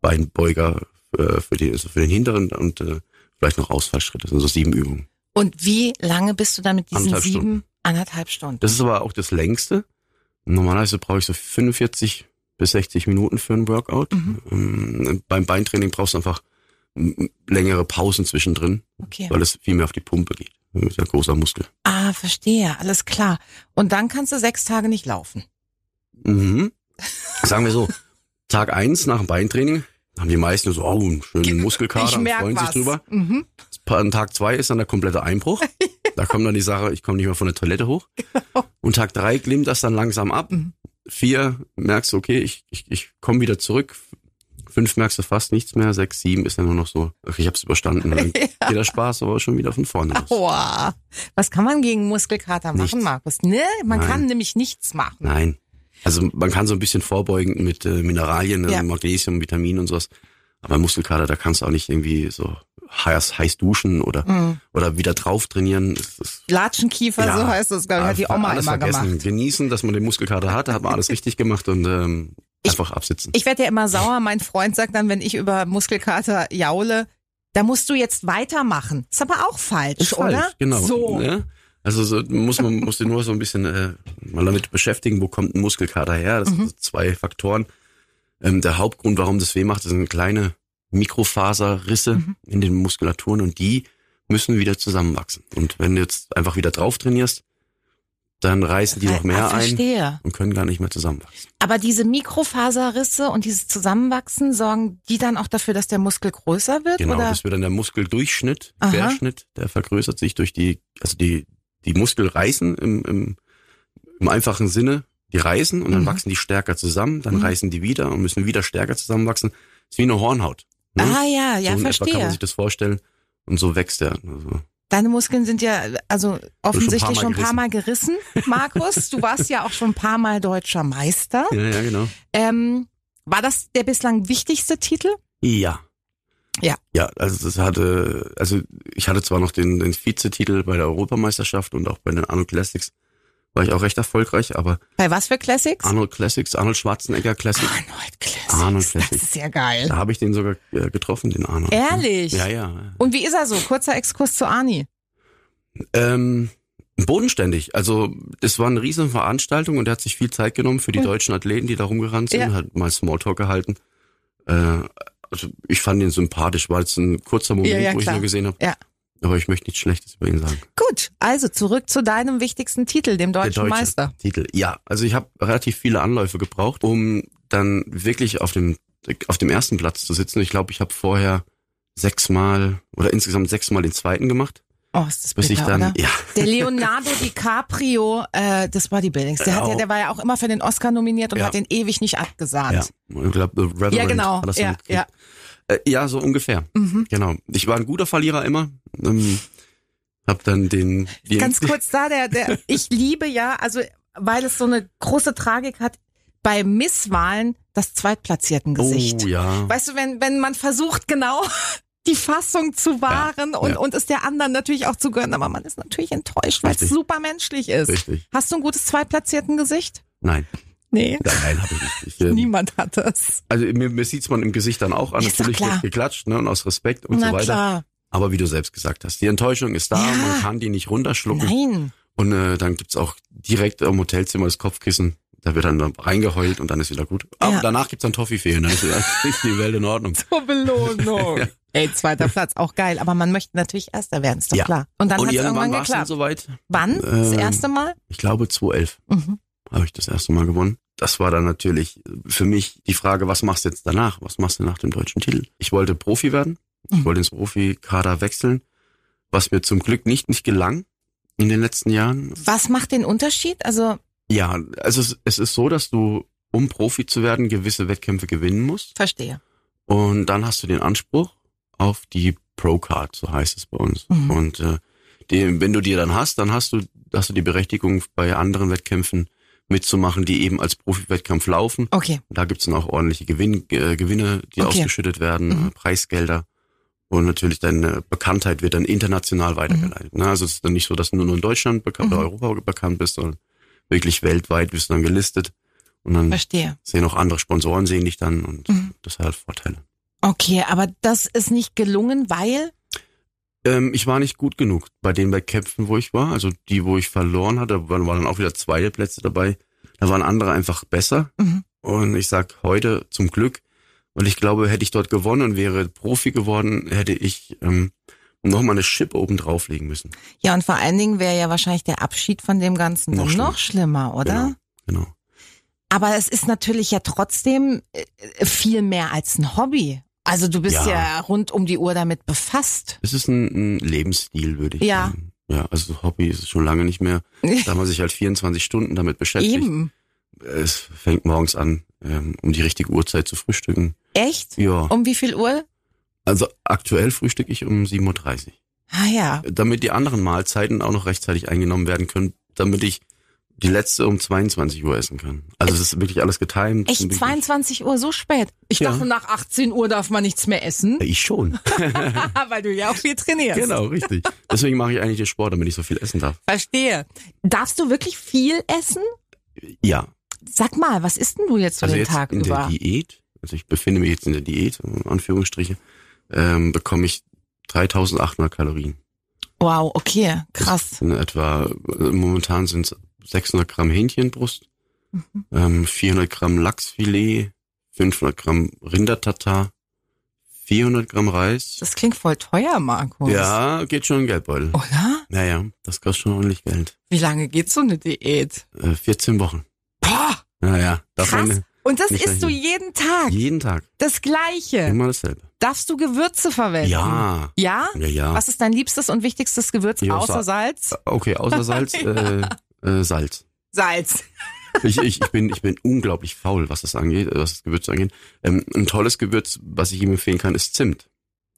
Speaker 3: Beinbeuger äh, für, die, also für den hinteren und äh, vielleicht noch Ausfallschritte, das sind so sieben Übungen.
Speaker 2: Und wie lange bist du dann mit diesen
Speaker 3: Anderthalb
Speaker 2: sieben?
Speaker 3: Stunden.
Speaker 2: Anderthalb Stunden.
Speaker 3: Das ist aber auch das längste. Normalerweise brauche ich so 45 bis 60 Minuten für ein Workout. Ähm, Beim Beintraining brauchst du einfach m, längere Pausen zwischendrin,
Speaker 2: Okay.
Speaker 3: weil es viel mehr auf die Pumpe geht. Das ist ja ein großer Muskel.
Speaker 2: Ah, verstehe. Alles klar. Und dann kannst du sechs Tage nicht laufen.
Speaker 3: Mhm. Sagen wir so, Tag eins nach dem Beintraining haben die meisten so, oh, einen schönen Muskelkater,
Speaker 2: ich
Speaker 3: und
Speaker 2: merk
Speaker 3: freuen
Speaker 2: was.
Speaker 3: sich drüber.
Speaker 2: Mhm.
Speaker 3: An Tag zwei ist dann der komplette Einbruch. Da kommt dann die Sache, ich komme nicht mehr von der Toilette hoch.
Speaker 2: Genau.
Speaker 3: Und Tag drei glimmt das dann langsam ab.
Speaker 2: Mhm.
Speaker 3: Vier merkst du, okay, ich, ich, ich komme wieder zurück. Fünf merkst du fast nichts mehr. Sechs, sieben ist dann nur noch so, okay, ich hab's überstanden. Dann geht der Spaß aber schon wieder von vorne
Speaker 2: Oh,
Speaker 3: los.
Speaker 2: Boah. Was kann man gegen Muskelkater machen,
Speaker 3: Nichts.
Speaker 2: Markus? Ne? Man
Speaker 3: Nein.
Speaker 2: kann nämlich nichts machen.
Speaker 3: Nein. Also man kann so ein bisschen vorbeugen mit äh, Mineralien, ne,
Speaker 2: Ja.
Speaker 3: Magnesium, Vitamin und sowas. Aber im Muskelkater, da kannst du auch nicht irgendwie so heiß, heiß duschen oder,
Speaker 2: Mhm.
Speaker 3: oder wieder drauf trainieren. Das ist,
Speaker 2: Latschenkiefer,
Speaker 3: ja,
Speaker 2: so heißt das, glaube ich, hat die
Speaker 3: hat
Speaker 2: Oma immer
Speaker 3: alles vergessen.
Speaker 2: gemacht.
Speaker 3: Genießen, dass man den Muskelkater hat, da hat man alles richtig gemacht und ähm, einfach absitzen.
Speaker 2: Ich werde ja immer sauer. Mein Freund sagt dann, wenn ich über Muskelkater jaule, da musst du jetzt weitermachen. Ist aber auch falsch,
Speaker 3: Ist
Speaker 2: oder?
Speaker 3: falsch, genau.
Speaker 2: So.
Speaker 3: Ne? Also so muss man muss den nur so ein bisschen äh, mal damit beschäftigen, wo kommt ein Muskelkater her? Das
Speaker 2: Mhm.
Speaker 3: sind so zwei Faktoren. Ähm, der Hauptgrund, warum das weh macht, das sind kleine Mikrofaserrisse
Speaker 2: Mhm.
Speaker 3: in den Muskulaturen und die müssen wieder zusammenwachsen. Und wenn du jetzt einfach wieder drauf trainierst, dann reißen die noch
Speaker 2: Ah,
Speaker 3: mehr ein
Speaker 2: verstehe.
Speaker 3: und können gar nicht mehr zusammenwachsen.
Speaker 2: Aber diese Mikrofaserrisse und dieses Zusammenwachsen sorgen die dann auch dafür, dass der Muskel größer wird?
Speaker 3: Genau,
Speaker 2: oder?
Speaker 3: das wird dann der Muskeldurchschnitt,
Speaker 2: Aha.
Speaker 3: Querschnitt, der vergrößert sich durch die, also die, die Muskel reißen im, im, im einfachen Sinne, die reißen und dann
Speaker 2: Mhm.
Speaker 3: wachsen die stärker zusammen, dann
Speaker 2: Mhm.
Speaker 3: reißen die wieder und müssen wieder stärker zusammenwachsen. ist wie eine Hornhaut. ne?
Speaker 2: Ah ja, ja,
Speaker 3: so in etwa kann man
Speaker 2: verstehe.
Speaker 3: sich das vorstellen. Und so wächst der. Also,
Speaker 2: Deine Muskeln sind ja also offensichtlich schon ein paar Mal gerissen, Markus. Du warst ja auch schon ein paar Mal deutscher Meister.
Speaker 3: ja, ja, genau.
Speaker 2: Ähm, war das der bislang wichtigste Titel?
Speaker 3: Ja.
Speaker 2: Ja.
Speaker 3: Ja, also das hatte, also ich hatte zwar noch den, den Vizetitel bei der Europameisterschaft und auch bei den Arnold Classics war ich auch recht erfolgreich, aber
Speaker 2: Bei was für Classics?
Speaker 3: Arnold Classics, Arnold Schwarzenegger Classics.
Speaker 2: Arnold Classics.
Speaker 3: Arnold Classics.
Speaker 2: Das ist ja geil.
Speaker 3: Da habe ich den sogar äh, getroffen, den Arnold.
Speaker 2: Ehrlich?
Speaker 3: Ja, ja.
Speaker 2: Und wie ist er so? Kurzer Exkurs zu Arni.
Speaker 3: Ähm, bodenständig. Also das war eine riesen Veranstaltung und er hat sich viel Zeit genommen für die
Speaker 2: Mhm.
Speaker 3: deutschen Athleten, die da rumgerannt sind,
Speaker 2: Ja.
Speaker 3: hat mal Smalltalk gehalten. Äh, also ich fand ihn sympathisch, war jetzt ein kurzer Moment,
Speaker 2: Ja, ja,
Speaker 3: wo ich ihn
Speaker 2: klar.
Speaker 3: nur gesehen habe.
Speaker 2: Ja.
Speaker 3: Aber ich möchte nichts Schlechtes über ihn sagen.
Speaker 2: Gut, also zurück zu deinem wichtigsten Titel, dem deutschen
Speaker 3: der deutsche
Speaker 2: Meister.
Speaker 3: Titel. Ja, also ich habe relativ viele Anläufe gebraucht, um dann wirklich auf dem auf dem ersten Platz zu sitzen. Ich glaube, ich habe vorher sechsmal oder insgesamt sechsmal den zweiten gemacht,
Speaker 2: Oh, ist das
Speaker 3: bis
Speaker 2: bitter,
Speaker 3: ich dann
Speaker 2: oder?
Speaker 3: ja
Speaker 2: Der Leonardo DiCaprio äh, des Bodybuildings. Der, hat ja,
Speaker 3: Auch.
Speaker 2: der war ja auch immer für den Oscar nominiert und
Speaker 3: Ja.
Speaker 2: hat den ewig nicht
Speaker 3: ja,
Speaker 2: abgesahnt.
Speaker 3: ich glaub, The Reverend
Speaker 2: Ja, genau.
Speaker 3: hat das so
Speaker 2: Ja,
Speaker 3: mitgekriegt.
Speaker 2: ja. Mhm.
Speaker 3: Äh, ja, so ungefähr. Genau. Ich war ein guter Verlierer immer. Ähm, hab dann den, den
Speaker 2: Ganz kurz da, der, der, ich liebe ja, also weil es so eine große Tragik hat, bei Misswahlen das zweitplatzierten Gesicht.
Speaker 3: Oh ja.
Speaker 2: Weißt du, wenn, wenn man versucht, genau die Fassung zu wahren und,
Speaker 3: ja.
Speaker 2: und es der anderen natürlich auch zu gönnen, aber man ist natürlich enttäuscht, weil es
Speaker 3: Richtig.
Speaker 2: super menschlich ist.
Speaker 3: Richtig.
Speaker 2: Hast du ein gutes zweitplatzierten Gesicht?
Speaker 3: Nein,
Speaker 2: Nee.
Speaker 3: nein, nein habe ich nicht. Ich, ähm,
Speaker 2: Niemand hat das.
Speaker 3: also mir, mir sieht's man im Gesicht dann auch an.
Speaker 2: Ist doch
Speaker 3: Natürlich
Speaker 2: klar.
Speaker 3: wird geklatscht ne, und aus Respekt und
Speaker 2: Na
Speaker 3: so weiter.
Speaker 2: klar.
Speaker 3: Aber wie du selbst gesagt hast, die Enttäuschung ist da,
Speaker 2: Ja.
Speaker 3: man kann die nicht runterschlucken.
Speaker 2: Nein.
Speaker 3: Und äh, dann gibt's auch direkt im Hotelzimmer das Kopfkissen. Da wird dann reingeheult und dann ist wieder gut. Aber
Speaker 2: Ja.
Speaker 3: danach gibt's dann Toffifee und dann ist, wieder, ist die Welt in Ordnung.
Speaker 2: Zur Belohnung. Ey, zweiter Platz, auch geil. Aber man möchte natürlich Erster werden, ist doch
Speaker 3: Ja.
Speaker 2: klar. Und dann
Speaker 3: und
Speaker 2: hat es irgendwann
Speaker 3: irgendwann war es dann
Speaker 2: geklappt.
Speaker 3: soweit.
Speaker 2: Wann? Das
Speaker 3: Ähm,
Speaker 2: erste Mal?
Speaker 3: Ich glaube 2011
Speaker 2: Mhm.
Speaker 3: habe ich das erste Mal gewonnen. Das war dann natürlich für mich die Frage, was machst du jetzt danach? Was machst du nach dem deutschen Titel? Ich wollte Profi werden. Ich
Speaker 2: Mhm.
Speaker 3: wollte ins Profikader wechseln, was mir zum Glück nicht, nicht gelang in den letzten Jahren.
Speaker 2: Was macht den Unterschied? Also,
Speaker 3: Ja, also es, es ist so, dass du, um Profi zu werden, gewisse Wettkämpfe gewinnen musst.
Speaker 2: verstehe.
Speaker 3: Und dann hast du den Anspruch auf die Pro-Card, so heißt es bei uns.
Speaker 2: Mhm.
Speaker 3: Und äh, die, wenn du die dann hast, dann hast du, hast du die Berechtigung, bei anderen Wettkämpfen mitzumachen, die eben als Profi-Wettkampf laufen.
Speaker 2: Okay.
Speaker 3: Da gibt's dann auch ordentliche Gewinn, äh, Gewinne, die
Speaker 2: Okay.
Speaker 3: ausgeschüttet werden,
Speaker 2: Mhm.
Speaker 3: äh, Preisgelder. Und natürlich deine Bekanntheit wird dann international weitergeleitet. Ne? Also es ist dann nicht so, dass du nur in Deutschland bekannt oder
Speaker 2: Mhm.
Speaker 3: Europa bekannt bist, sondern wirklich weltweit wirst du dann gelistet. Und dann
Speaker 2: Verstehe.
Speaker 3: sehen auch andere Sponsoren, sehen dich dann und
Speaker 2: Mhm.
Speaker 3: das hat Vorteile.
Speaker 2: Okay, aber das ist nicht gelungen, weil
Speaker 3: Ähm, ich war nicht gut genug bei den Wettkämpfen, wo ich war. Also die, wo ich verloren hatte, waren, waren dann auch wieder zweite Plätze dabei. Da waren andere einfach besser.
Speaker 2: Mhm.
Speaker 3: Und ich sag heute zum Glück, und ich glaube, hätte ich dort gewonnen und wäre Profi geworden, hätte ich ähm, nochmal eine Chip oben drauflegen müssen.
Speaker 2: ja und vor allen Dingen wäre ja wahrscheinlich der Abschied von dem Ganzen
Speaker 3: Noch
Speaker 2: noch,
Speaker 3: schlimmer.
Speaker 2: noch schlimmer, oder?
Speaker 3: Genau. genau.
Speaker 2: Aber es ist natürlich ja trotzdem äh, viel mehr als ein Hobby. Also du bist ja,
Speaker 3: Ja.
Speaker 2: rund um die Uhr damit befasst.
Speaker 3: Es ist ein, ein Lebensstil, würde ich
Speaker 2: Ja.
Speaker 3: sagen. Ja, also Hobby ist es schon lange nicht mehr. Da man sich halt 24 Stunden damit beschäftigt.
Speaker 2: Eben.
Speaker 3: Es fängt morgens an, ähm, um die richtige Uhrzeit zu frühstücken.
Speaker 2: Echt?
Speaker 3: Ja.
Speaker 2: Um wie viel Uhr?
Speaker 3: Also aktuell frühstücke ich um 7.30
Speaker 2: Ah ja.
Speaker 3: Uhr. Damit die anderen Mahlzeiten auch noch rechtzeitig eingenommen werden können, damit ich die letzte um 22 Uhr essen kann. Also es ist wirklich alles getimed.
Speaker 2: Echt,
Speaker 3: Wirklich-
Speaker 2: 22 Uhr, so spät?
Speaker 4: Ich
Speaker 3: um Ja.
Speaker 4: dachte, nach 18 Uhr darf man nichts mehr essen,
Speaker 3: Ja, Ich schon.
Speaker 4: weil du ja auch viel trainierst.
Speaker 3: genau, richtig. Deswegen mache ich eigentlich den Sport, damit ich so viel essen darf.
Speaker 2: Verstehe. Darfst du wirklich viel essen?
Speaker 3: Ja,
Speaker 2: Sag mal, was isst denn du jetzt so
Speaker 3: also
Speaker 2: den
Speaker 3: jetzt
Speaker 2: Tag
Speaker 3: in
Speaker 2: über?
Speaker 3: der Diät, also ich befinde mich jetzt in der Diät, in Anführungsstriche, ähm, bekomme ich 3800 Kalorien.
Speaker 2: Wow, okay, krass.
Speaker 3: In etwa, äh, momentan sind es 600 Gramm Hähnchenbrust,
Speaker 2: Mhm.
Speaker 3: ähm, 400 Gramm Lachsfilet, 500 Gramm Rindertatar, 400 Gramm Reis.
Speaker 2: Das Oh. klingt voll teuer, Markus.
Speaker 3: Ja, geht schon in den Geldbeutel.
Speaker 2: Oder?
Speaker 3: Naja, das kostet schon ordentlich Geld.
Speaker 2: Wie lange geht so eine Diät?
Speaker 3: Äh, 14 Wochen.
Speaker 2: Boah,
Speaker 3: Naja, darf
Speaker 2: krass.
Speaker 3: man
Speaker 2: Und das
Speaker 3: nicht
Speaker 2: isst du
Speaker 3: rechnen.
Speaker 2: jeden Tag.
Speaker 3: jeden Tag
Speaker 2: Das Gleiche.
Speaker 3: immer dasselbe.
Speaker 2: Darfst du Gewürze verwenden?
Speaker 3: Ja,
Speaker 2: Ja?
Speaker 3: ja, ja.
Speaker 2: Äh, mhm. Was ist dein liebstes und wichtigstes Gewürz
Speaker 3: Ja,
Speaker 2: außer
Speaker 3: Sa-
Speaker 2: Salz?
Speaker 3: Okay, außer Salz, äh, äh, Salz.
Speaker 2: Salz.
Speaker 3: Ich, ich, ich, bin, ich bin unglaublich faul, was das angeht, äh, was das Gewürz angeht. Ähm, ein tolles Gewürz, was ich ihm empfehlen kann, ist Zimt.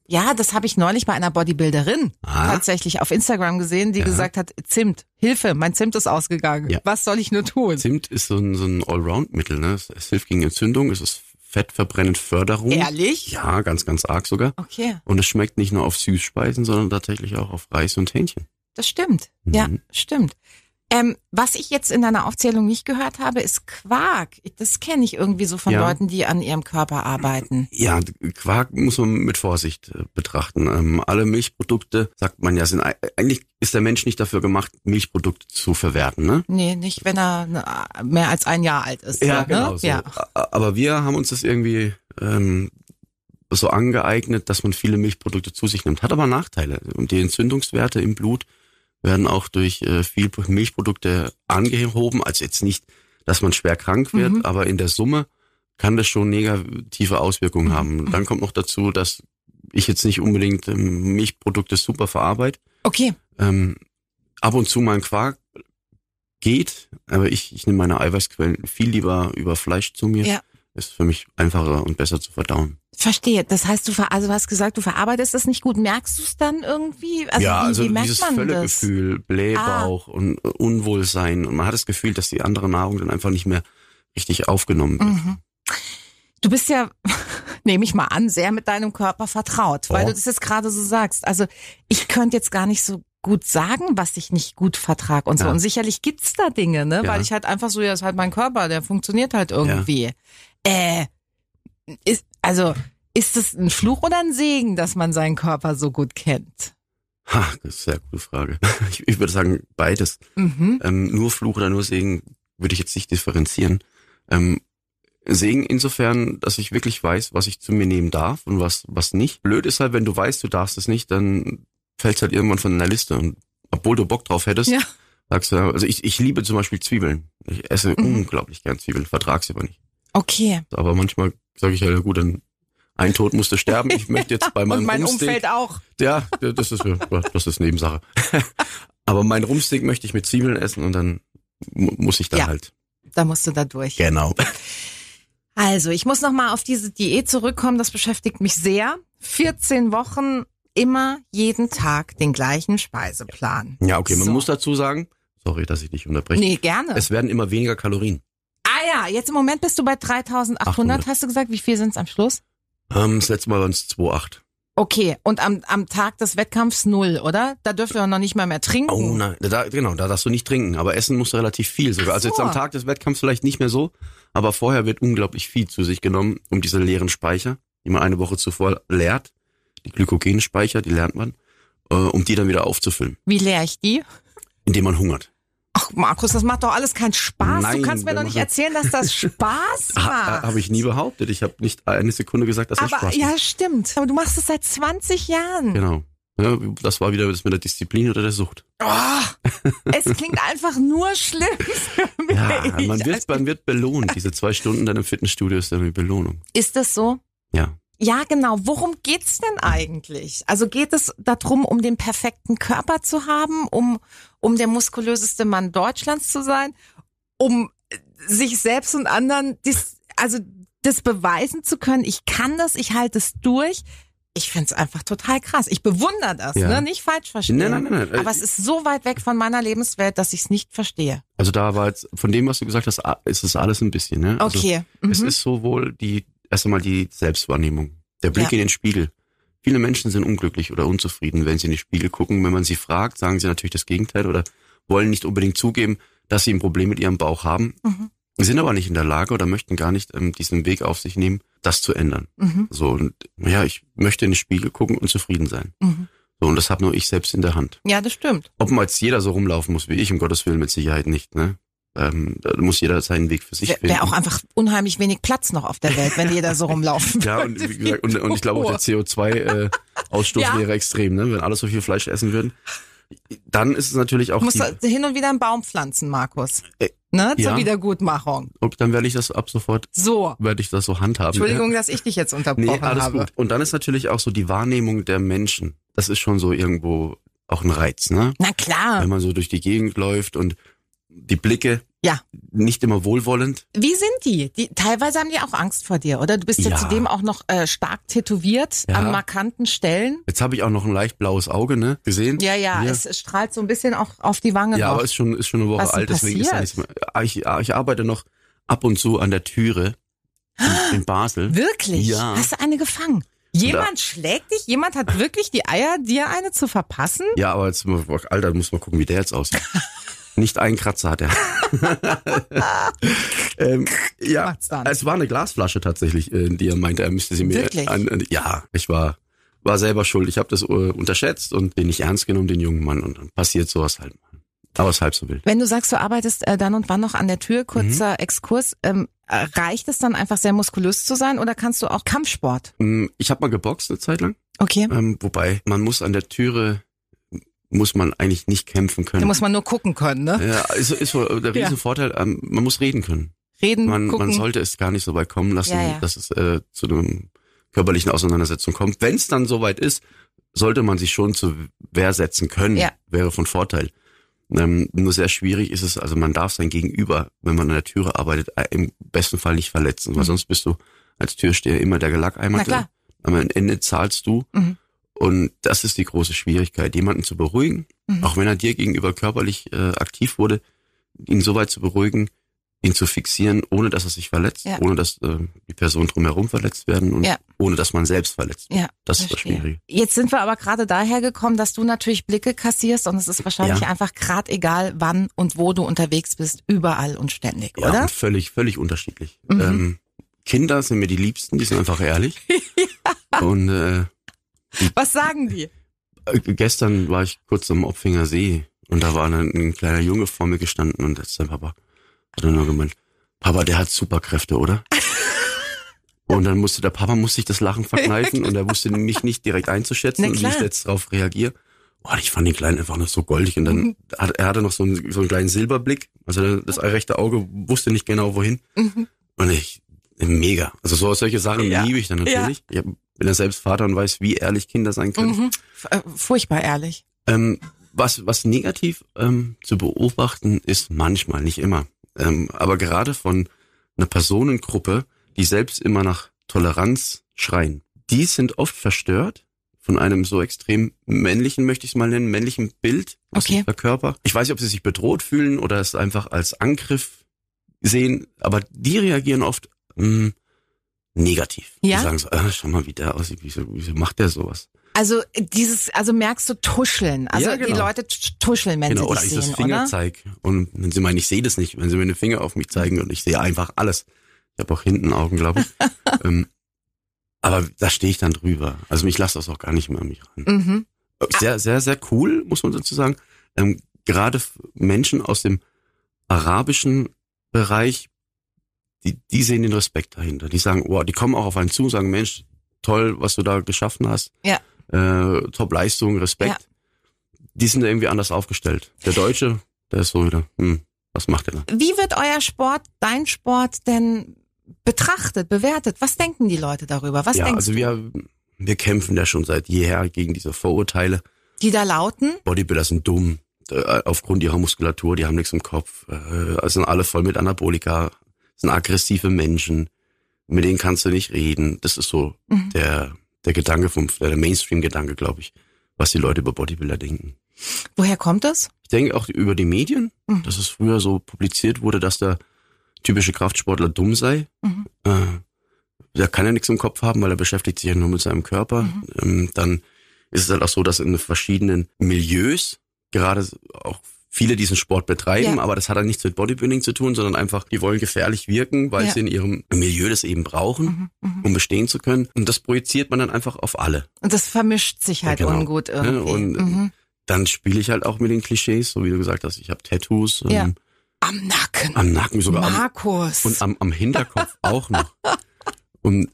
Speaker 2: Ja, das habe ich neulich bei einer Bodybuilderin
Speaker 3: Ah.
Speaker 2: tatsächlich auf Instagram gesehen, die
Speaker 3: Ja.
Speaker 2: gesagt hat, Zimt, Hilfe, mein Zimt ist ausgegangen.
Speaker 3: Ja.
Speaker 2: Was soll ich nur tun?
Speaker 3: Zimt ist so ein, so ein Allround-Mittel. Ne? Es, es hilft gegen Entzündung, es ist fettverbrennend Förderung.
Speaker 2: Ehrlich?
Speaker 3: Ja, ganz, ganz arg sogar.
Speaker 2: Okay,
Speaker 3: Und es schmeckt nicht nur auf Süßspeisen, sondern tatsächlich auch auf Reis und Hähnchen.
Speaker 2: das stimmt. Ja,
Speaker 3: Mhm.
Speaker 2: stimmt. Ähm, was ich jetzt in deiner Aufzählung nicht gehört habe, ist Quark. Das kenne ich irgendwie so von
Speaker 3: Ja.
Speaker 2: Leuten, die an ihrem Körper arbeiten.
Speaker 3: Ja, Quark muss man mit Vorsicht äh, betrachten. Ähm, alle Milchprodukte, sagt man ja, sind ei- eigentlich ist der Mensch nicht dafür gemacht, Milchprodukte zu verwerten. Ne?
Speaker 2: Nee, nicht, wenn er ne, mehr als ein Jahr alt ist.
Speaker 3: Ja,
Speaker 2: ne?
Speaker 3: genau. So.
Speaker 2: Ja.
Speaker 3: A- Aber wir haben uns das irgendwie ähm, so angeeignet, dass man viele Milchprodukte zu sich nimmt. Hat aber Nachteile. Und die Entzündungswerte im Blut werden auch durch äh, viel Milchprodukte angehoben. Also jetzt nicht, dass man schwer krank wird,
Speaker 2: Mhm.
Speaker 3: aber in der Summe kann das schon negative Auswirkungen
Speaker 2: Mhm.
Speaker 3: haben. Dann kommt noch dazu, dass ich jetzt nicht unbedingt ähm, Milchprodukte super verarbeite.
Speaker 2: Okay,
Speaker 3: Ähm, ab und zu mal ein Quark geht, aber ich, ich nehme meine Eiweißquellen viel lieber über Fleisch zu mir.
Speaker 2: Ja.
Speaker 3: Ist für mich einfacher und besser zu verdauen.
Speaker 2: verstehe. Das heißt, du, ver also du hast gesagt, du verarbeitest das nicht gut. Merkst du es dann irgendwie? Also wie, wie merkt
Speaker 3: dieses
Speaker 2: man das? Ah.
Speaker 3: Völlegefühl, Blähbauch und äh, Unwohlsein. Und man hat das Gefühl, dass die andere Nahrung dann einfach nicht mehr richtig aufgenommen wird.
Speaker 2: Mhm. Du bist ja, nehme ich mal an, sehr mit deinem Körper vertraut, weil
Speaker 3: Oh.
Speaker 2: du das jetzt gerade so sagst. Also ich könnte jetzt gar nicht so gut sagen, was ich nicht gut vertrag und so.
Speaker 3: Ja.
Speaker 2: Und sicherlich gibt's da Dinge, ne?
Speaker 3: Ja.
Speaker 2: Weil ich halt einfach so, ja, ist halt mein Körper, der funktioniert halt irgendwie. Äh, ist, also ist es ein Fluch oder ein Segen, dass man seinen Körper so gut kennt?
Speaker 3: Ha, das ist eine sehr gute Frage. Ich, ich würde sagen, beides.
Speaker 2: Mhm.
Speaker 3: Ähm, nur Fluch oder nur Segen würde ich jetzt nicht differenzieren. Ähm, Segen insofern, dass ich wirklich weiß, was ich zu mir nehmen darf und was, was nicht. Blöd ist halt, wenn du weißt, du darfst es nicht, dann fällst halt irgendwann von der Liste. Und obwohl du Bock drauf hättest,
Speaker 2: Ja.
Speaker 3: sagst du, ja, also ich, ich liebe zum Beispiel Zwiebeln. Ich esse
Speaker 2: Mhm.
Speaker 3: unglaublich gern Zwiebeln, vertrag's aber nicht.
Speaker 2: Okay.
Speaker 3: Aber manchmal sage ich ja, gut, dann ein Tod musste sterben. Ich möchte jetzt bei meinem
Speaker 2: Und mein
Speaker 3: Rumsteak-
Speaker 2: Umfeld auch.
Speaker 3: ja, das ist, das ist Nebensache. Aber mein Rumsteak möchte ich mit Zwiebeln essen und dann mu- muss ich da
Speaker 2: Ja.
Speaker 3: halt.
Speaker 2: Da musst du da durch.
Speaker 3: Genau.
Speaker 2: Also, ich muss nochmal auf diese Diät zurückkommen. Das beschäftigt mich sehr. 14 Wochen, immer jeden Tag den gleichen Speiseplan.
Speaker 3: Ja, okay, man
Speaker 2: So.
Speaker 3: muss dazu sagen, sorry, dass ich dich unterbreche.
Speaker 2: Nee, gerne.
Speaker 3: Es werden immer weniger Kalorien.
Speaker 2: ah ja, jetzt im Moment bist du bei 3800,
Speaker 3: 800.
Speaker 2: hast du gesagt. Wie viel sind es am Schluss?
Speaker 3: Ähm, das letzte Mal waren es 2,8.
Speaker 2: Okay, und am, am Tag des Wettkampfs null, oder? Da dürfen wir auch noch nicht mal mehr trinken.
Speaker 3: Oh nein, da, genau, da darfst du nicht trinken, aber essen musst du relativ viel sogar.
Speaker 2: Ach
Speaker 3: Also jetzt
Speaker 2: so.
Speaker 3: am Tag des Wettkampfs vielleicht nicht mehr so, aber vorher wird unglaublich viel zu sich genommen, um diese leeren Speicher, die man eine Woche zuvor leert, die Glykogenspeicher, die lernt man, äh, um die dann wieder aufzufüllen,
Speaker 2: Wie leer ich die?
Speaker 3: indem man hungert.
Speaker 2: Ach, Markus, das macht doch alles keinen Spaß. du
Speaker 3: Nein,
Speaker 2: kannst mir
Speaker 3: wir
Speaker 2: doch nicht
Speaker 3: machen-
Speaker 2: erzählen, dass das Spaß macht.
Speaker 3: Habe Äh, ich nie behauptet. Ich habe nicht eine Sekunde gesagt, dass das
Speaker 2: Aber
Speaker 3: Spaß
Speaker 2: ja,
Speaker 3: macht.
Speaker 2: stimmt. Aber du machst es seit 20 Jahren.
Speaker 3: Genau. Ja, das war wieder das mit der Disziplin oder der Sucht.
Speaker 2: Ah! Es klingt einfach nur schlimm. für mich.
Speaker 3: Ja, man wird, man wird belohnt. Diese zwei Stunden dann im Fitnessstudio ist dann die Belohnung.
Speaker 2: Ist das so?
Speaker 3: Ja.
Speaker 2: Ja, genau. Worum geht's denn eigentlich? Also geht es darum, um den perfekten Körper zu haben, um, um der muskulöseste Mann Deutschlands zu sein, um äh, sich selbst und anderen, dis, also das beweisen zu können, ich kann das, ich halte es durch. ich finde es einfach total krass. Ich bewundere das,
Speaker 3: Ja.
Speaker 2: ne? Nicht falsch verstehen.
Speaker 3: Nein, nein, nein, nein.
Speaker 2: Aber es ist so weit weg von meiner Lebenswelt, dass ich es nicht verstehe.
Speaker 3: Also da war jetzt, von dem, was du gesagt hast, a- ist es alles ein bisschen, ne? Also
Speaker 2: Okay.
Speaker 3: Es
Speaker 2: mhm.
Speaker 3: ist sowohl die, erst einmal die Selbstwahrnehmung, der Blick
Speaker 2: Ja.
Speaker 3: in den Spiegel. Viele Menschen sind unglücklich oder unzufrieden, wenn sie in den Spiegel gucken. Wenn man sie fragt, sagen sie natürlich das Gegenteil oder wollen nicht unbedingt zugeben, dass sie ein Problem mit ihrem Bauch haben,
Speaker 2: Mhm.
Speaker 3: sind aber nicht in der Lage oder möchten gar nicht ähm, diesen Weg auf sich nehmen, das zu ändern.
Speaker 2: Mhm.
Speaker 3: So, und ja, ich möchte in den Spiegel gucken und zufrieden sein.
Speaker 2: Mhm.
Speaker 3: So, und das habe nur ich selbst in der Hand.
Speaker 2: Ja, das stimmt.
Speaker 3: Ob mal jetzt jeder so rumlaufen muss wie ich, um Gottes Willen mit Sicherheit nicht, ne? Ähm, da muss jeder seinen Weg für sich
Speaker 2: Wäre
Speaker 3: finden.
Speaker 2: wär auch einfach unheimlich wenig Platz noch auf der Welt, wenn jeder so rumlaufen
Speaker 3: ja, und wie gesagt, und, und ich glaube auch der CO2-Ausstoß
Speaker 4: Ja.
Speaker 3: äh, wäre extrem, ne? Wenn alle so viel Fleisch essen würden. Dann ist es natürlich auch
Speaker 2: Muss
Speaker 3: die,
Speaker 2: hin und wieder einen Baum pflanzen, Markus.
Speaker 3: Äh,
Speaker 2: Ne? Zur
Speaker 3: ja.
Speaker 2: Wiedergutmachung.
Speaker 3: und dann werde ich das ab sofort,
Speaker 2: So.
Speaker 3: werde ich das so handhaben. Äh,
Speaker 2: Entschuldigung, dass ich dich jetzt unterbrochen
Speaker 3: Nee, alles
Speaker 2: habe.
Speaker 3: gut. Und dann ist natürlich auch so die Wahrnehmung der Menschen. Das ist schon so irgendwo auch ein Reiz, ne?
Speaker 2: Na klar.
Speaker 3: Wenn man so durch die Gegend läuft und die Blicke
Speaker 2: Ja.
Speaker 3: nicht immer wohlwollend.
Speaker 2: Wie sind die? die? Teilweise haben die auch Angst vor dir, oder? Du bist ja,
Speaker 3: Ja.
Speaker 2: zudem auch noch äh, stark tätowiert
Speaker 3: Ja.
Speaker 2: an markanten Stellen.
Speaker 3: Jetzt habe ich auch noch ein leicht blaues Auge, ne? Gesehen?
Speaker 2: Ja, ja,
Speaker 3: Hier.
Speaker 2: es es strahlt so ein bisschen auch auf die Wange
Speaker 3: Ja,
Speaker 2: noch.
Speaker 3: aber ist schon, ist schon eine Woche
Speaker 2: Genau. Was denn
Speaker 3: alt, deswegen ist da nichts
Speaker 2: passiert?
Speaker 3: mehr. ah, Ich, ich arbeite noch ab und zu an der Türe in, in Basel.
Speaker 2: Wirklich?
Speaker 3: Ja.
Speaker 2: Hast du eine gefangen? Jemand schlägt dich? Jemand hat wirklich die Eier, dir eine zu verpassen?
Speaker 3: Ja, aber jetzt, muss- boah, Alter, muss mal gucken, wie der jetzt aussieht. Nicht einen Kratzer hat er. ähm, ja,
Speaker 2: Macht's dann.
Speaker 3: es war eine Glasflasche tatsächlich, äh, die er meinte, er müsste sie mir
Speaker 2: Wirklich?
Speaker 3: an. an- Ja, ich war war selber schuld. Ich habe das äh, unterschätzt und den nicht ernst genommen, den jungen Mann. Und dann passiert sowas halt mal. Aber es ist halb so wild.
Speaker 2: Wenn du sagst, du arbeitest äh, dann und wann noch an der Tür,
Speaker 3: Mhm.
Speaker 2: kurzer Exkurs, ähm, äh, reicht es dann einfach sehr muskulös zu sein oder kannst du auch Kampfsport?
Speaker 3: Hm, Ich habe mal geboxt eine Zeit lang.
Speaker 2: Okay.
Speaker 3: Ähm, wobei, man muss an der Türe, muss man eigentlich nicht kämpfen
Speaker 2: Da
Speaker 3: können.
Speaker 2: muss man nur gucken können, ne?
Speaker 3: ja, ist, ist so der
Speaker 2: Ja.
Speaker 3: Riesenvorteil, ähm, man muss reden können.
Speaker 2: Reden,
Speaker 3: Man,
Speaker 2: gucken.
Speaker 3: man sollte es gar nicht so weit kommen lassen,
Speaker 2: Ja, ja.
Speaker 3: dass es äh, zu einem körperlichen Auseinandersetzung kommt. Wenn es dann soweit ist, sollte man sich schon zu Wehr setzen können,
Speaker 2: Ja.
Speaker 3: wäre von Vorteil. Ähm, nur sehr schwierig ist es, also man darf sein Gegenüber, wenn man an der Türe arbeitet, äh, im besten Fall nicht verletzen, weil sonst bist du als Türsteher immer der
Speaker 2: Mhm. Na
Speaker 3: Gelackeimer.
Speaker 2: klar.
Speaker 3: Am Ende zahlst du
Speaker 2: Mhm.
Speaker 3: und das ist die große Schwierigkeit, jemanden zu beruhigen,
Speaker 2: Mhm.
Speaker 3: auch wenn er dir gegenüber körperlich äh, aktiv wurde, ihn so weit zu beruhigen, ihn zu fixieren, ohne dass er sich verletzt,
Speaker 2: Ja.
Speaker 3: ohne dass äh, die Personen drumherum verletzt werden und
Speaker 2: Ja.
Speaker 3: ohne dass man selbst verletzt. wird.
Speaker 2: Ja,
Speaker 3: Das ist das
Speaker 2: verstehe.
Speaker 3: Schwierige.
Speaker 2: Jetzt sind wir aber gerade daher gekommen, dass du natürlich Blicke kassierst und es ist wahrscheinlich
Speaker 3: Ja.
Speaker 2: einfach gerade egal, wann und wo du unterwegs bist, überall und ständig,
Speaker 3: Ja,
Speaker 2: oder?
Speaker 3: und völlig, völlig unterschiedlich.
Speaker 2: Mhm.
Speaker 3: Ähm, Kinder sind mir die Liebsten, die sind einfach ehrlich. Und äh,
Speaker 2: Was sagen die?
Speaker 3: Äh, Gestern war ich kurz am Opfinger See und da war ein, ein kleiner Junge vor mir gestanden und jetzt sein Papa hat er nur gemeint, Papa, der hat Superkräfte, oder? und dann musste der Papa musste sich das Lachen verkneifen und er wusste mich nicht direkt einzuschätzen
Speaker 2: Na
Speaker 3: und wie
Speaker 2: klar.
Speaker 3: ich jetzt drauf reagiere. Boah, ich fand den Kleinen einfach noch so goldig und
Speaker 2: Mhm.
Speaker 3: dann hat er hatte noch so einen, so einen kleinen Silberblick, also das rechte Auge wusste nicht genau wohin und ich mega. Also so solche Sachen
Speaker 2: Ja.
Speaker 3: liebe ich dann natürlich. Ich hab- bin ja selbst Vater und weiß, wie ehrlich Kinder sein können.
Speaker 2: Mhm. F- äh, Furchtbar ehrlich.
Speaker 3: Ähm, was, was negativ ähm, zu beobachten ist manchmal, nicht immer. Ähm, aber gerade von einer Personengruppe, die selbst immer nach Toleranz schreien, die sind oft verstört von einem so extrem männlichen, möchte ich es mal nennen, männlichen Bild aus
Speaker 2: Okay.
Speaker 3: dem Körper. Ich weiß nicht, ob sie sich bedroht fühlen oder es einfach als Angriff sehen, aber die reagieren oft mh, negativ.
Speaker 2: Ja?
Speaker 3: Die sagen so, ah, schau mal, wie der aussieht, wieso, wieso macht der sowas?
Speaker 2: Also äh, dieses, also merkst du tuscheln. Also
Speaker 3: Ja, genau.
Speaker 2: die Leute t- tuscheln, wenn
Speaker 3: Genau,
Speaker 2: sie
Speaker 3: oder
Speaker 2: dich
Speaker 3: ich das
Speaker 2: sehen, oder?
Speaker 3: Fingerzeig. Und wenn sie meinen, ich sehe das nicht, wenn sie mir den Finger auf mich zeigen und ich sehe einfach alles. Ich habe auch hinten Augen, glaube ich. ähm, aber da stehe ich dann drüber. Also ich lasse das auch gar nicht mehr an mich ran.
Speaker 2: Mhm.
Speaker 3: Äh, Sehr, sehr, sehr cool, muss man dazu sagen. Ähm, gerade f- Menschen aus dem arabischen Bereich, die, die sehen den Respekt dahinter. Die sagen, wow, die kommen auch auf einen zu und sagen, Mensch, toll, was du da geschaffen hast.
Speaker 2: Ja.
Speaker 3: Äh, top Leistung, Respekt. Die sind da irgendwie anders aufgestellt. Der Deutsche, der ist so wieder, hm, was macht der da?
Speaker 2: Wie wird euer Sport, dein Sport denn betrachtet, bewertet? Was denken die Leute darüber? Was
Speaker 3: ja,
Speaker 2: denkst
Speaker 3: also
Speaker 2: du?
Speaker 3: wir, wir kämpfen da schon seit jeher gegen diese Vorurteile.
Speaker 2: Die da lauten?
Speaker 3: Bodybuilder sind dumm äh, aufgrund ihrer Muskulatur, die haben nichts im Kopf, äh, also sind alle voll mit Anabolika, sind aggressive Menschen, mit denen kannst du nicht reden. Das ist so
Speaker 2: Mhm.
Speaker 3: der der Gedanke vom, der Mainstream-Gedanke, glaube ich, was die Leute über Bodybuilder denken.
Speaker 2: Woher kommt das?
Speaker 3: Ich denke auch über die Medien,
Speaker 2: Mhm.
Speaker 3: dass es früher so publiziert wurde, dass der typische Kraftsportler dumm sei.
Speaker 2: Mhm.
Speaker 3: Äh, der kann ja nichts im Kopf haben, weil er beschäftigt sich ja nur mit seinem Körper.
Speaker 2: Mhm.
Speaker 3: Ähm, dann ist es halt auch so, dass in verschiedenen Milieus gerade auch viele diesen Sport betreiben,
Speaker 2: Ja.
Speaker 3: aber das hat dann nichts mit Bodybuilding zu tun, sondern einfach, die wollen gefährlich wirken, weil
Speaker 2: Ja.
Speaker 3: sie in ihrem Milieu das eben brauchen,
Speaker 2: Mhm. Mhm.
Speaker 3: um bestehen zu können. Und das projiziert man dann einfach auf alle.
Speaker 2: Und das vermischt sich halt
Speaker 3: Ja, genau.
Speaker 2: ungut irgendwie.
Speaker 3: und,
Speaker 2: mhm.
Speaker 3: Dann spiele ich halt auch mit den Klischees, so wie du gesagt hast, ich habe Tattoos ähm,
Speaker 2: Ja. Am Nacken.
Speaker 3: am Nacken, sogar am,
Speaker 2: Markus.
Speaker 3: Und am, am Hinterkopf auch noch. Und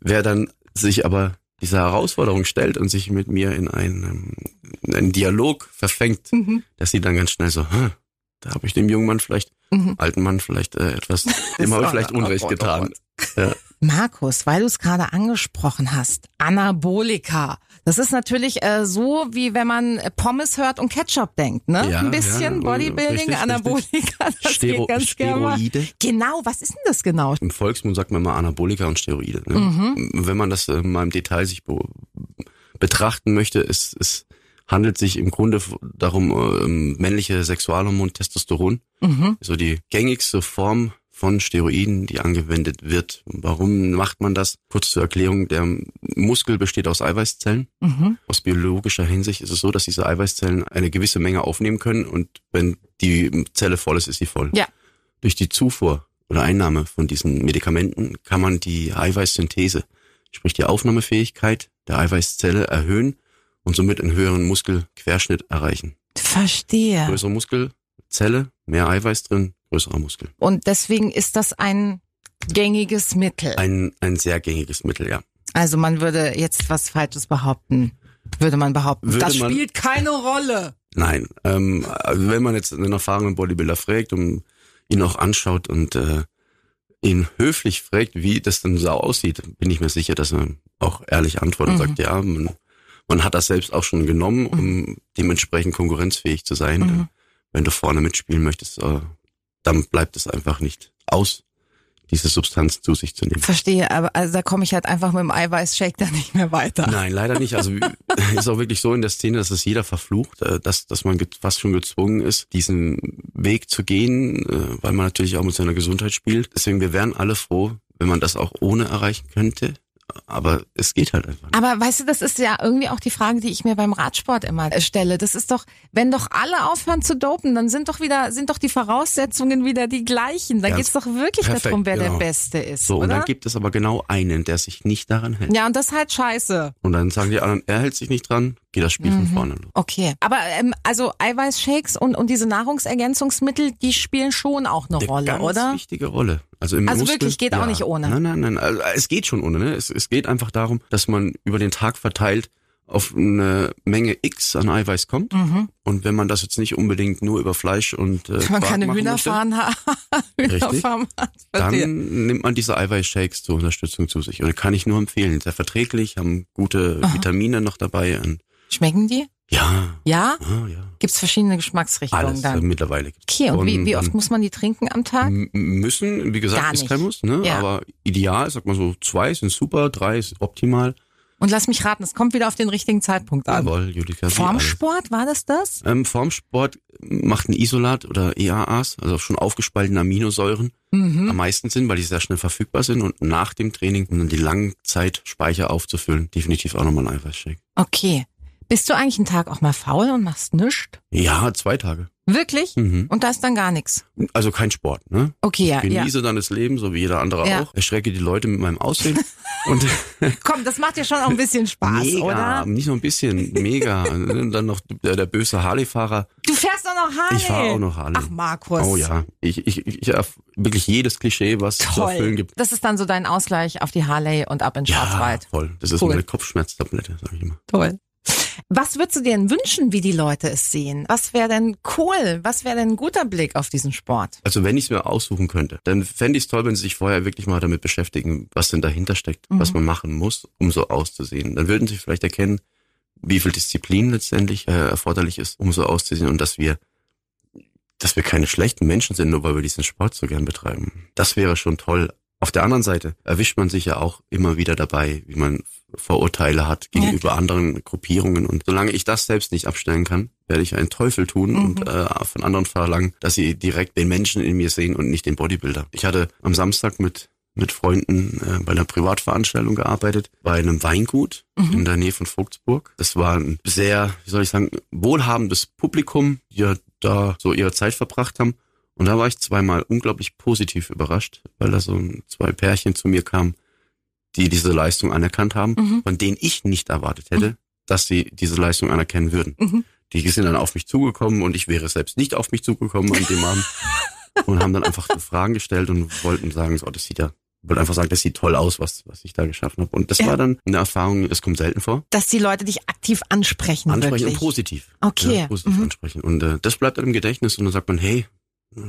Speaker 3: wer dann sich aber dieser Herausforderung stellt und sich mit mir in einen, in einen Dialog verfängt,
Speaker 2: Mhm.
Speaker 3: dass sie dann ganz schnell so, "Hm, da habe ich dem jungen Mann vielleicht,
Speaker 2: Mhm.
Speaker 3: alten Mann vielleicht äh, etwas, dem habe ich vielleicht Unrecht
Speaker 2: Oh Gott, oh
Speaker 3: getan.
Speaker 2: Markus, weil du es gerade angesprochen hast, Anabolika. Das ist natürlich äh, so, wie wenn man äh, Pommes hört und Ketchup denkt, ne?
Speaker 3: Ja,
Speaker 2: Ein
Speaker 3: ja,
Speaker 2: bisschen
Speaker 3: und- richtig,
Speaker 2: Bodybuilding,
Speaker 3: richtig.
Speaker 2: Anabolika, das
Speaker 3: Stero
Speaker 2: geht ganz gerne mal.
Speaker 3: Steroide.
Speaker 2: Genau, was ist denn das genau?
Speaker 3: Im Volksmund sagt man mal Anabolika und Steroide. Ne? Wenn man das äh, mal im Detail sich be betrachten möchte, es, es handelt sich im Grunde f- darum, äh, um männliche Sexualhormon Testosteron,
Speaker 2: Mhm.
Speaker 3: so die gängigste Form von Steroiden, die angewendet wird. Warum macht man das? Kurz zur Erklärung, der Muskel besteht aus Eiweißzellen.
Speaker 2: Mhm.
Speaker 3: Aus biologischer Hinsicht ist es so, dass diese Eiweißzellen eine gewisse Menge aufnehmen können und wenn die Zelle voll ist, ist sie voll.
Speaker 2: Ja.
Speaker 3: Durch die Zufuhr oder Einnahme von diesen Medikamenten kann man die Eiweißsynthese, sprich die Aufnahmefähigkeit der Eiweißzelle erhöhen und somit einen höheren Muskelquerschnitt erreichen.
Speaker 2: Verstehe.
Speaker 3: Größere Muskelzelle, mehr Eiweiß drin, größerer Muskel.
Speaker 2: Und deswegen ist das ein gängiges Mittel.
Speaker 3: Ein, ein sehr gängiges Mittel, ja.
Speaker 2: Also man würde jetzt was Falsches behaupten. Würde man behaupten.
Speaker 3: Würde
Speaker 2: das
Speaker 3: man-
Speaker 2: spielt keine Rolle.
Speaker 3: Nein, ähm, also wenn man jetzt einen erfahrenen Bodybuilder fragt und ihn auch anschaut und äh, ihn höflich fragt, wie das denn so aussieht, bin ich mir sicher, dass er auch ehrlich antwortet und sagt, ja, man, man hat das selbst auch schon genommen, um dementsprechend konkurrenzfähig zu sein.
Speaker 2: Mhm.
Speaker 3: Wenn du vorne mitspielen möchtest, äh, dann bleibt es einfach nicht aus, diese Substanz zu sich zu nehmen.
Speaker 2: Verstehe, aber also da komme ich halt einfach mit dem Eiweißshake da nicht mehr weiter.
Speaker 3: Nein, leider nicht. Also ist auch wirklich so in der Szene, dass es jeder verflucht, äh, dass, dass man ge- fast schon gezwungen ist, diesen Weg zu gehen, äh, weil man natürlich auch mit seiner Gesundheit spielt. Deswegen, wir wären alle froh, wenn man das auch ohne erreichen könnte. Aber es geht halt einfach nicht.
Speaker 2: Aber weißt du, das ist ja irgendwie auch die Frage, die ich mir beim Radsport immer äh, stelle. Das ist doch, wenn doch alle aufhören zu dopen, dann sind doch wieder, sind doch die Voraussetzungen wieder die gleichen. Da
Speaker 3: Ganz
Speaker 2: geht's doch wirklich
Speaker 3: perfekt,
Speaker 2: darum, wer der
Speaker 3: genau.
Speaker 2: Beste ist,
Speaker 3: So, und
Speaker 2: oder?
Speaker 3: dann gibt es aber genau einen, der sich nicht daran hält.
Speaker 2: ja, und das ist halt scheiße.
Speaker 3: Und dann sagen die anderen, er hält sich nicht dran, geht das Spiel von vorne los.
Speaker 2: Okay. Aber ähm, also Eiweißshakes und, und diese Nahrungsergänzungsmittel, die spielen schon auch eine Rolle,
Speaker 3: ganz
Speaker 2: oder?
Speaker 3: wichtige Rolle. Also, im
Speaker 2: Also
Speaker 3: Muskel,
Speaker 2: wirklich, geht auch nicht ohne.
Speaker 3: Nein, nein, nein. Also es geht schon ohne. Ne? Es, es geht einfach darum, dass man über den Tag verteilt auf eine Menge X an Eiweiß kommt. Und wenn man das jetzt nicht unbedingt nur über Fleisch und äh,
Speaker 2: Mhm. Man
Speaker 3: Quark
Speaker 2: kann eine
Speaker 3: machen möchte,
Speaker 2: Hühnerfarm haben. Hühnerfarm hat. Verstehe.
Speaker 3: dann nimmt man diese Eiweißshakes zur Unterstützung zu sich. Und kann ich nur empfehlen. Sehr verträglich, haben gute Vitamine noch dabei. Und
Speaker 2: Schmecken die?
Speaker 3: ja, ah,
Speaker 2: Ja?
Speaker 3: ja, ja.
Speaker 2: Gibt's verschiedene Geschmacksrichtungen
Speaker 3: Alles äh,
Speaker 2: dann?
Speaker 3: mittlerweile. gibt's.
Speaker 2: Okay, und wie, wie
Speaker 3: dann-
Speaker 2: oft muss man die trinken am Tag?
Speaker 3: M- müssen,
Speaker 2: Gar
Speaker 3: wie gesagt, ist
Speaker 2: nicht.
Speaker 3: kein Muss, ne?
Speaker 2: Ja.
Speaker 3: aber ideal, sag mal so, zwei sind super, drei ist optimal.
Speaker 2: Und lass mich raten, es kommt wieder auf den richtigen Zeitpunkt an.
Speaker 3: Jawohl, Julika. Also, wie alles.
Speaker 2: Formsport, war das das?
Speaker 3: Ähm, Formsport macht ein Isolat oder EAAs, also schon aufgespaltene Aminosäuren,
Speaker 2: Mhm.
Speaker 3: am meisten Sinn, weil die sehr schnell verfügbar sind und nach dem Training, um dann die Langzeitspeicher aufzufüllen, definitiv auch nochmal ein Eiweißshake.
Speaker 2: Okay. Bist du eigentlich einen Tag auch mal faul und machst nichts?
Speaker 3: Ja, zwei Tage.
Speaker 2: Wirklich?
Speaker 3: Mhm.
Speaker 2: Und da ist dann gar nichts.
Speaker 3: Also kein Sport, ne?
Speaker 2: Okay, ja, ja.
Speaker 3: Genieße dann das Leben, so wie jeder andere
Speaker 2: Ja.
Speaker 3: auch. Erschrecke die Leute mit meinem Aussehen und
Speaker 2: Komm, das macht ja schon auch ein bisschen Spaß,
Speaker 3: mega,
Speaker 2: oder?
Speaker 3: nicht nur ein bisschen, mega. Und dann noch der, der böse Harley-Fahrer.
Speaker 2: Du fährst doch noch Harley.
Speaker 3: Ich fahre auch noch Harley.
Speaker 2: Ach, Markus.
Speaker 3: Oh ja, ich, ich, ich, ich erf- wirklich jedes Klischee, was es zu erfüllen
Speaker 2: Toll.
Speaker 3: gibt.
Speaker 2: Das ist dann so dein Ausgleich auf die Harley und ab in
Speaker 3: Ja,
Speaker 2: Schwarzwald.
Speaker 3: voll. Das ist
Speaker 2: Cool.
Speaker 3: meine Kopfschmerztablette, sag ich immer.
Speaker 2: Toll. Was würdest du dir denn wünschen, wie die Leute es sehen? Was wäre denn cool? Was wäre denn ein guter Blick auf diesen Sport?
Speaker 3: Also wenn ich es mir aussuchen könnte, dann fände ich es toll, wenn sie sich vorher wirklich mal damit beschäftigen, was denn dahinter steckt,
Speaker 2: Mhm.
Speaker 3: was man machen muss, um so auszusehen. Dann würden sie vielleicht erkennen, wie viel Disziplin letztendlich äh, erforderlich ist, um so auszusehen und dass wir, dass wir keine schlechten Menschen sind, nur weil wir diesen Sport so gern betreiben. Das wäre schon toll. Auf der anderen Seite erwischt man sich ja auch immer wieder dabei, wie man Vorurteile hat gegenüber anderen Gruppierungen. Und solange ich das selbst nicht abstellen kann, werde ich einen Teufel tun und äh, von anderen verlangen, dass sie direkt den Menschen in mir sehen und nicht den Bodybuilder. Ich hatte am Samstag mit mit Freunden äh, bei einer Privatveranstaltung gearbeitet, bei einem Weingut in der Nähe von Vogtsburg. Das war ein sehr, wie soll ich sagen, wohlhabendes Publikum, die ja da so ihre Zeit verbracht haben. Und da war ich zweimal unglaublich positiv überrascht, weil da so ein- zwei Pärchen zu mir kamen, die diese Leistung anerkannt haben,
Speaker 2: Mhm.
Speaker 3: von denen ich nicht erwartet hätte, dass sie diese Leistung anerkennen würden.
Speaker 2: Mhm.
Speaker 3: Die sind dann auf mich zugekommen und ich wäre selbst nicht auf mich zugekommen an dem Abend und haben dann einfach so Fragen gestellt und wollten sagen, so, das sieht ja, wollten einfach sagen, das sieht toll aus, was, was ich da geschaffen habe. Und das
Speaker 2: Ja.
Speaker 3: war dann eine Erfahrung, es kommt selten vor.
Speaker 2: Dass die Leute dich aktiv ansprechen.
Speaker 3: Ansprechen
Speaker 2: wirklich.
Speaker 3: und positiv.
Speaker 2: Okay.
Speaker 3: Ja, positiv
Speaker 2: Mhm.
Speaker 3: ansprechen. Und äh, das bleibt dann im Gedächtnis und dann sagt man, hey,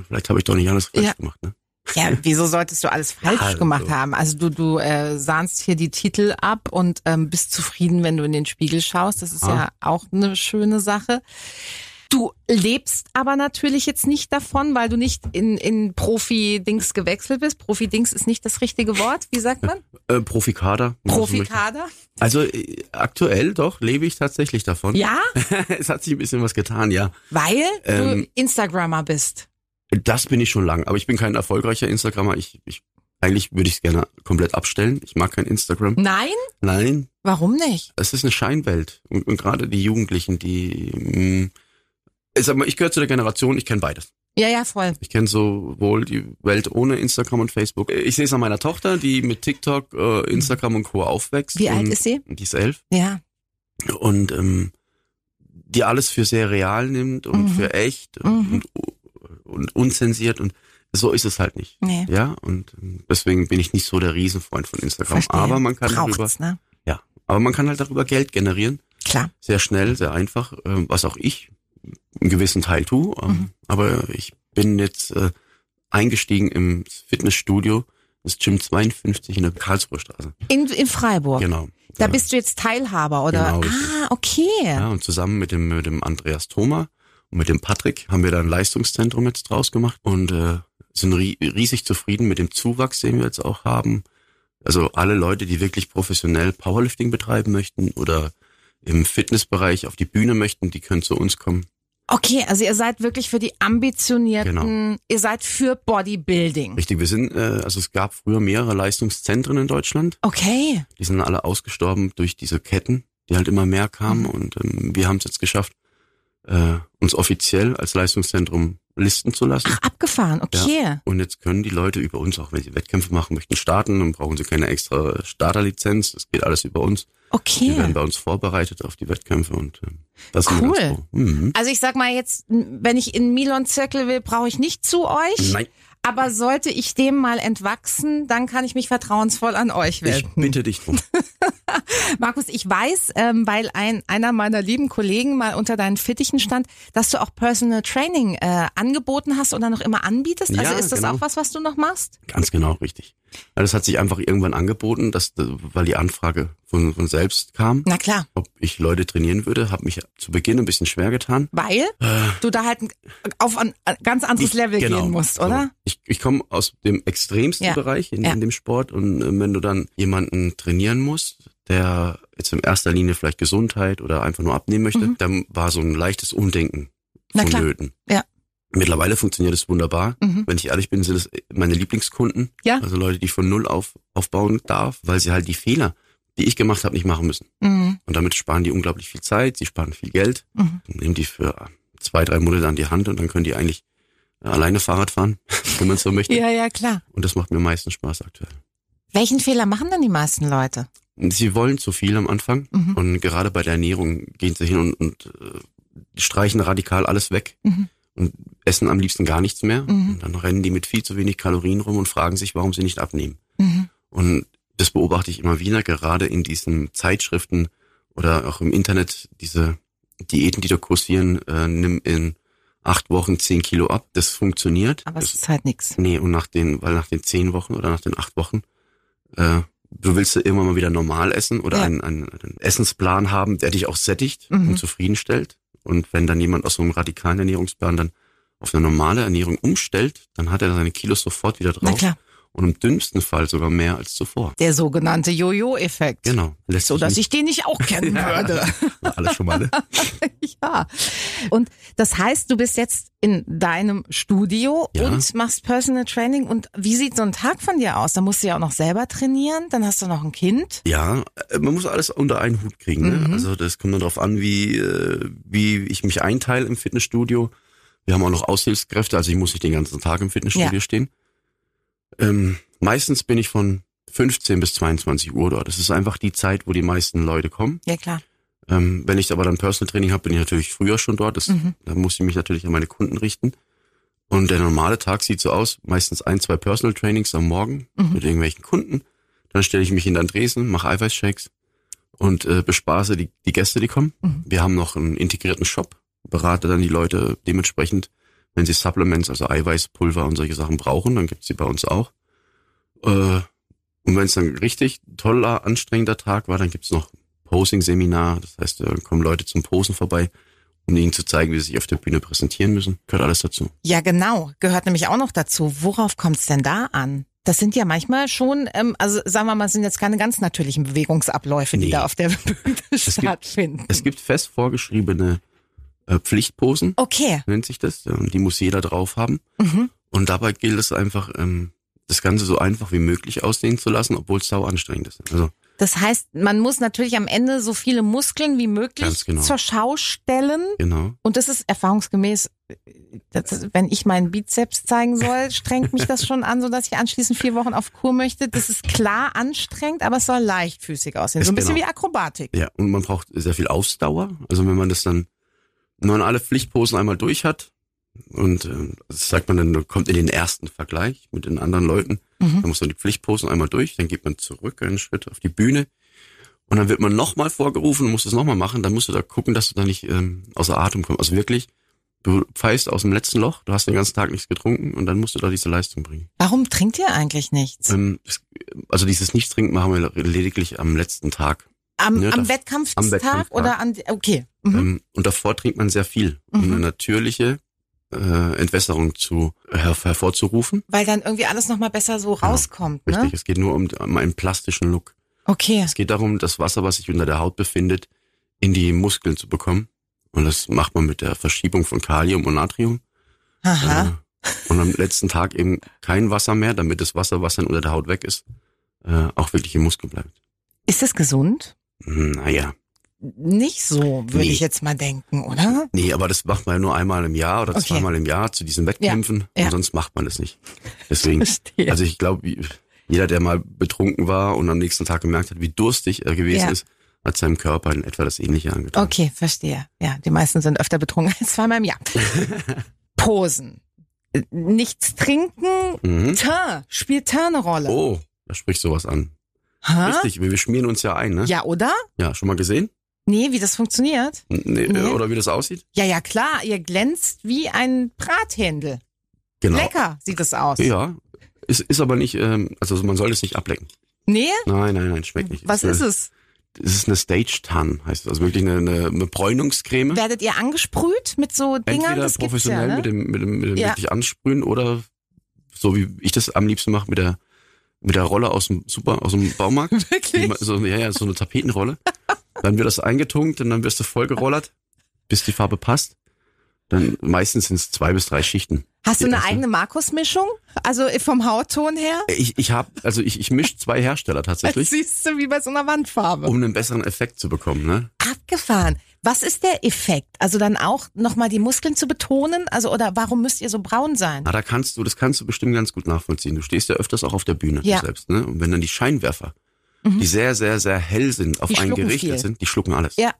Speaker 3: vielleicht habe ich doch nicht alles richtig
Speaker 2: Ja.
Speaker 3: gemacht. Ne?
Speaker 2: Ja, wieso solltest du alles falsch
Speaker 3: also.
Speaker 2: gemacht haben? Also du, du äh, sahnst hier die Titel ab und ähm, bist zufrieden, wenn du in den Spiegel schaust. Das ist
Speaker 3: Ja.
Speaker 2: ja auch eine schöne Sache. Du lebst aber natürlich jetzt nicht davon, weil du nicht in, in Profi-Dings gewechselt bist. Profi-Dings ist nicht das richtige Wort. Wie sagt man?
Speaker 3: Äh, Profikader. wenn man so möchte.
Speaker 2: Profikader?
Speaker 3: Also äh, aktuell doch lebe ich tatsächlich davon.
Speaker 2: Ja,
Speaker 3: es hat sich ein bisschen was getan, ja.
Speaker 2: weil du
Speaker 3: Ähm.
Speaker 2: Instagrammer bist.
Speaker 3: Das bin ich schon lang, aber ich bin kein erfolgreicher Instagrammer. Ich, ich eigentlich würde ich es gerne komplett abstellen. Ich mag kein Instagram.
Speaker 2: Nein?
Speaker 3: Nein,
Speaker 2: Warum nicht?
Speaker 3: es ist eine Scheinwelt. Und, und gerade die Jugendlichen, die, mh, ich sag mal, ich gehöre zu der Generation, ich kenne beides.
Speaker 2: Ja, ja, voll.
Speaker 3: Ich kenne sowohl die Welt ohne Instagram und Facebook. Ich sehe es an meiner Tochter, die mit TikTok, äh, Instagram und Co. aufwächst.
Speaker 2: Wie
Speaker 3: und
Speaker 2: alt ist sie?
Speaker 3: Die ist elf.
Speaker 2: Ja.
Speaker 3: Und ähm, die alles für sehr real nimmt und
Speaker 2: Mhm.
Speaker 3: für echt
Speaker 2: Mhm.
Speaker 3: und, und unzensiert. Und so ist es halt nicht.
Speaker 2: Nee.
Speaker 3: Ja, und ähm, deswegen bin ich nicht so der Riesenfreund von Instagram.
Speaker 2: Verstehe.
Speaker 3: Aber man kann darüber,
Speaker 2: Braucht's, ne?
Speaker 3: ja, aber man kann halt darüber Geld generieren
Speaker 2: Klar.
Speaker 3: sehr schnell, sehr einfach, ähm, was auch ich einen gewissen Teil tue. ähm,
Speaker 2: Mhm.
Speaker 3: Aber ich bin jetzt äh, eingestiegen im Fitnessstudio, das Gym 52 in der Karlsruher Straße.
Speaker 2: In, in Freiburg.
Speaker 3: Genau.
Speaker 2: Da
Speaker 3: ja.
Speaker 2: bist du jetzt Teilhaber, oder?
Speaker 3: Genau, richtig.
Speaker 2: ah, okay.
Speaker 3: ja, und zusammen mit dem, mit dem Andreas Thoma und mit dem Patrick haben wir da ein Leistungszentrum jetzt draus gemacht und äh, sind ri riesig zufrieden mit dem Zuwachs, den wir jetzt auch haben. Also alle Leute, die wirklich professionell Powerlifting betreiben möchten oder im Fitnessbereich auf die Bühne möchten, die können zu uns kommen.
Speaker 2: Okay, also ihr seid wirklich für die ambitionierten, ihr seid für Bodybuilding.
Speaker 3: Genau. Richtig, wir sind, äh, also es gab früher mehrere Leistungszentren in Deutschland.
Speaker 2: Okay.
Speaker 3: Die sind alle ausgestorben durch diese Ketten, die halt immer mehr kamen. Und ähm, wir haben es jetzt geschafft, äh, uns offiziell als Leistungszentrum listen zu lassen.
Speaker 2: Ach, abgefahren, okay.
Speaker 3: Und jetzt können die Leute über uns, auch wenn sie Wettkämpfe machen möchten, starten. Dann brauchen sie keine extra Starterlizenz. Das geht alles über uns. Die
Speaker 2: Okay.
Speaker 3: werden bei uns vorbereitet auf die Wettkämpfe. Und ähm, das sind wir
Speaker 2: Cool.
Speaker 3: ganz froh. Mhm.
Speaker 2: Also ich sag mal jetzt, wenn ich in Milon-Zirkel will, brauche ich nicht zu euch.
Speaker 3: Nein,
Speaker 2: Aber sollte ich dem mal entwachsen, dann kann ich mich vertrauensvoll an euch
Speaker 3: ich
Speaker 2: wenden.
Speaker 3: bitte dich drum.
Speaker 2: Markus, ich weiß, ähm, weil ein einer meiner lieben Kollegen mal unter deinen Fittichen stand, dass du auch Personal Training äh, angeboten hast oder noch immer anbietest. Also
Speaker 3: Ja,
Speaker 2: ist das
Speaker 3: genau.
Speaker 2: auch was, was du noch machst?
Speaker 3: Ganz genau, richtig. Ja, das hat sich einfach irgendwann angeboten, dass, äh, weil die Anfrage von, von selbst kam,
Speaker 2: Na klar.
Speaker 3: ob ich Leute trainieren würde. Habe mich zu Beginn ein bisschen schwer getan.
Speaker 2: Weil du da halt auf ein ganz anderes
Speaker 3: Ich-
Speaker 2: Level
Speaker 3: Äh. genau.
Speaker 2: gehen musst,
Speaker 3: So.
Speaker 2: oder?
Speaker 3: Ich, ich komme aus dem extremsten
Speaker 2: Ja.
Speaker 3: Bereich in,
Speaker 2: Ja.
Speaker 3: in dem Sport und äh, wenn du dann jemanden trainieren musst, der jetzt in erster Linie vielleicht Gesundheit oder einfach nur abnehmen möchte, dann war so ein leichtes Umdenken
Speaker 2: Mhm. Na klar.
Speaker 3: vonnöten.
Speaker 2: Ja.
Speaker 3: Mittlerweile funktioniert es wunderbar.
Speaker 2: Mhm.
Speaker 3: Wenn ich ehrlich bin, sind es äh, meine Lieblingskunden.
Speaker 2: Ja.
Speaker 3: Also Leute, die ich von null auf aufbauen darf, weil sie halt die Fehler, die ich gemacht habe, nicht machen müssen.
Speaker 2: Mhm.
Speaker 3: Und damit sparen die unglaublich viel Zeit, sie sparen viel Geld,
Speaker 2: Mhm.
Speaker 3: nehmen die für zwei, drei Monate an die Hand und dann können die eigentlich äh, alleine Fahrrad fahren, wenn man so möchte.
Speaker 2: Ja, ja, klar.
Speaker 3: Und das macht mir am meisten Spaß aktuell.
Speaker 2: Welchen Fehler machen denn die meisten Leute?
Speaker 3: Sie wollen zu viel am Anfang
Speaker 2: Mhm.
Speaker 3: und gerade bei der Ernährung gehen sie hin und, und äh, streichen radikal alles weg
Speaker 2: Mhm.
Speaker 3: und essen am liebsten gar nichts mehr.
Speaker 2: Mhm.
Speaker 3: Und dann rennen die mit viel zu wenig Kalorien rum und fragen sich, warum sie nicht abnehmen.
Speaker 2: Mhm.
Speaker 3: Und das beobachte ich immer wieder, gerade in diesen Zeitschriften oder auch im Internet, diese Diäten, die da kursieren, äh, nimm in acht Wochen zehn Kilo ab. Das funktioniert.
Speaker 2: Aber es
Speaker 3: das,
Speaker 2: ist halt nichts.
Speaker 3: nee, und nach den, weil nach den zehn Wochen oder nach den acht Wochen, äh, du willst ja immer mal wieder normal essen oder
Speaker 2: Ja.
Speaker 3: einen, einen, einen Essensplan haben, der dich auch sättigt
Speaker 2: Mhm.
Speaker 3: und zufriedenstellt. Und wenn dann jemand aus so einem radikalen Ernährungsplan dann auf eine normale Ernährung umstellt, dann hat er seine Kilos sofort wieder drauf.
Speaker 2: Na klar.
Speaker 3: und im dümmsten Fall sogar mehr als zuvor.
Speaker 2: Der sogenannte Jojo-Effekt.
Speaker 3: Genau. Lässt
Speaker 2: So
Speaker 3: sich
Speaker 2: dass
Speaker 3: nicht-
Speaker 2: ich den nicht auch kennen würde.
Speaker 3: Alles schon mal. Ne?
Speaker 2: Ja. Und das heißt, du bist jetzt in deinem Studio
Speaker 3: Ja.
Speaker 2: und machst Personal Training. Und wie sieht so ein Tag von dir aus? Da musst du ja auch noch selber trainieren. Dann hast du noch ein Kind.
Speaker 3: Ja, äh, man muss alles unter einen Hut kriegen. Ne? Also das kommt dann darauf an, wie, äh, wie ich mich einteile im Fitnessstudio. Wir haben auch noch Aushilfskräfte, also ich muss nicht den ganzen Tag im Fitnessstudio
Speaker 2: Ja.
Speaker 3: stehen. Ähm, meistens bin ich von 15 bis 22 Uhr dort. Das ist einfach die Zeit, wo die meisten Leute kommen.
Speaker 2: Ja, klar.
Speaker 3: Ähm, wenn ich aber dann Personal Training habe, bin ich natürlich früher schon dort. Das, Da muss ich mich natürlich an meine Kunden richten. Und der normale Tag sieht so aus, meistens ein, zwei Personal Trainings am Morgen mit irgendwelchen Kunden. Dann stelle ich mich hinter den Dresen, mache Eiweißshakes und äh, bespaße die, die Gäste, die kommen. Wir haben noch einen integrierten Shop, berate dann die Leute dementsprechend, wenn sie Supplements, also Eiweißpulver und solche Sachen brauchen, dann gibt's die bei uns auch. Äh, und wenn es dann richtig toller, anstrengender Tag war, dann gibt's noch Posing-Seminar. Das heißt, da kommen Leute zum Posen vorbei, um ihnen zu zeigen, wie sie sich auf der Bühne präsentieren müssen. Gehört alles dazu.
Speaker 2: Ja, genau. Gehört nämlich auch noch dazu. Worauf kommt es denn da an? Das sind ja manchmal schon, ähm, also sagen wir mal, es sind jetzt keine ganz natürlichen Bewegungsabläufe, die
Speaker 3: Nee.
Speaker 2: da auf der Bühne
Speaker 3: gibt-
Speaker 2: stattfinden.
Speaker 3: Es gibt fest vorgeschriebene äh, Pflichtposen,
Speaker 2: okay.
Speaker 3: nennt sich das. Ja, Und die muss jeder drauf haben.
Speaker 2: Mhm.
Speaker 3: Und dabei gilt es einfach, ähm, das Ganze so einfach wie möglich aussehen zu lassen, obwohl es sau anstrengend ist. Also
Speaker 2: Das heißt, man muss natürlich am Ende so viele Muskeln wie möglich
Speaker 3: Ganz genau.
Speaker 2: zur Schau stellen.
Speaker 3: genau.
Speaker 2: Und das ist erfahrungsgemäß, das ist, wenn ich meinen Bizeps zeigen soll, strengt mich das schon an, sodass ich anschließend vier Wochen auf Kur möchte. Das ist klar anstrengend, aber es soll leichtfüßig aussehen. So ein
Speaker 3: Ist
Speaker 2: bisschen
Speaker 3: genau.
Speaker 2: wie Akrobatik.
Speaker 3: Ja, und man braucht sehr viel Ausdauer. Also wenn man das dann, wenn man alle Pflichtposen einmal durch hat und äh, das sagt man dann, kommt in den ersten Vergleich mit den anderen Leuten, dann muss man die Pflichtposen einmal durch, dann geht man zurück einen Schritt auf die Bühne und dann wird man nochmal vorgerufen und muss das nochmal machen, dann musst du da gucken, dass du da nicht ähm, außer Atem kommst. Also wirklich, du pfeifst aus dem letzten Loch, du hast den ganzen Tag nichts getrunken und dann musst du da diese Leistung bringen.
Speaker 2: Warum trinkt ihr eigentlich nichts?
Speaker 3: Ähm, es- also dieses Nichtstrinken machen wir lediglich am letzten Tag.
Speaker 2: Am,
Speaker 3: ne,
Speaker 2: am
Speaker 3: das-
Speaker 2: Wettkampftag
Speaker 3: am Wettkampftag.
Speaker 2: oder an, okay. Mhm.
Speaker 3: Ähm, und davor trinkt man sehr viel, um
Speaker 2: Mhm.
Speaker 3: eine natürliche äh, Entwässerung zu, äh, her, hervorzurufen.
Speaker 2: Weil dann irgendwie alles nochmal besser so rauskommt,
Speaker 3: Genau. Richtig,
Speaker 2: ne?
Speaker 3: es geht nur um, um einen plastischen Look.
Speaker 2: Okay.
Speaker 3: Es geht darum, das Wasser, was sich unter der Haut befindet, in die Muskeln zu bekommen. Und das macht man mit der Verschiebung von Kalium und Natrium.
Speaker 2: Aha.
Speaker 3: Äh, und am letzten Tag eben kein Wasser mehr, damit das Wasser, was dann unter der Haut weg ist, äh, auch wirklich im Muskel bleibt.
Speaker 2: Ist das gesund?
Speaker 3: Hm, Naja.
Speaker 2: Nicht so, würde
Speaker 3: Nee.
Speaker 2: ich jetzt mal denken, oder?
Speaker 3: Nee, aber das macht man nur einmal im Jahr oder
Speaker 2: Okay.
Speaker 3: zweimal im Jahr zu diesen Wettkämpfen.
Speaker 2: Ja.
Speaker 3: Und sonst macht man das nicht. Deswegen.
Speaker 2: Verstehe.
Speaker 3: Also ich glaube, jeder, der mal betrunken war und am nächsten Tag gemerkt hat, wie durstig er gewesen
Speaker 2: Ja.
Speaker 3: ist, hat seinem Körper in etwa das Ähnliche angetan.
Speaker 2: Okay, verstehe. Ja, die meisten sind öfter betrunken als zweimal im Jahr. Posen. Äh, Nichts trinken.
Speaker 3: Mhm.
Speaker 2: Teint. Spielt Teint eine Rolle.
Speaker 3: Oh, da spricht sowas an.
Speaker 2: ha?
Speaker 3: Richtig, wir, wir schmieren uns ja ein, ne?
Speaker 2: Ja, oder?
Speaker 3: Ja, schon mal gesehen?
Speaker 2: Nee, wie das funktioniert?
Speaker 3: N- Nee, äh,
Speaker 2: Nee.
Speaker 3: Oder wie das aussieht?
Speaker 2: Ja, ja, klar. Ihr glänzt wie ein Brathändel.
Speaker 3: Genau.
Speaker 2: Lecker sieht es aus.
Speaker 3: Ja. Ist, ist aber nicht, ähm, also man soll es nicht ablecken.
Speaker 2: Nee?
Speaker 3: Nein, nein, nein, schmeckt nicht.
Speaker 2: Was ist es?
Speaker 3: eine- Es ist eine Stage-Tan, heißt es. Also wirklich eine, eine, eine Bräunungscreme.
Speaker 2: Werdet ihr angesprüht mit so Dingern?
Speaker 3: Entweder
Speaker 2: das gibt's ja,
Speaker 3: professionell
Speaker 2: ne?
Speaker 3: mit dem, mit dem, mit dem
Speaker 2: Ja.
Speaker 3: wirklich ansprühen oder so wie ich das am liebsten mache mit der mit der Rolle aus dem Super aus dem Baumarkt. Die
Speaker 2: Wirklich?
Speaker 3: ma- So, ja, ja, so eine Tapetenrolle. Dann wird das eingetunkt und dann wirst du vollgerollert, bis die Farbe passt. Dann meistens sind es zwei bis drei Schichten.
Speaker 2: Hast du
Speaker 3: Die
Speaker 2: eine
Speaker 3: erste-
Speaker 2: eigene Markus-Mischung? Also vom Hautton her?
Speaker 3: Ich, ich habe, also ich, ich mische zwei Hersteller
Speaker 2: Das
Speaker 3: tatsächlich,
Speaker 2: siehst du wie bei so einer Wandfarbe.
Speaker 3: um einen besseren Effekt zu bekommen. Ne?
Speaker 2: Abgefahren. Was ist der Effekt? Also dann auch nochmal die Muskeln zu betonen? Also oder warum müsst ihr so braun sein?
Speaker 3: Na, Ah, da kannst du, das kannst du bestimmt ganz gut nachvollziehen. Du stehst ja öfters auch auf der Bühne
Speaker 2: Ja. Mhm.
Speaker 3: selbst, ne? Und wenn dann die Scheinwerfer, die sehr, sehr, sehr hell sind, auf
Speaker 2: Die
Speaker 3: einen
Speaker 2: schlucken
Speaker 3: gerichtet
Speaker 2: viel.
Speaker 3: sind, die schlucken alles.
Speaker 2: Ja. Mhm.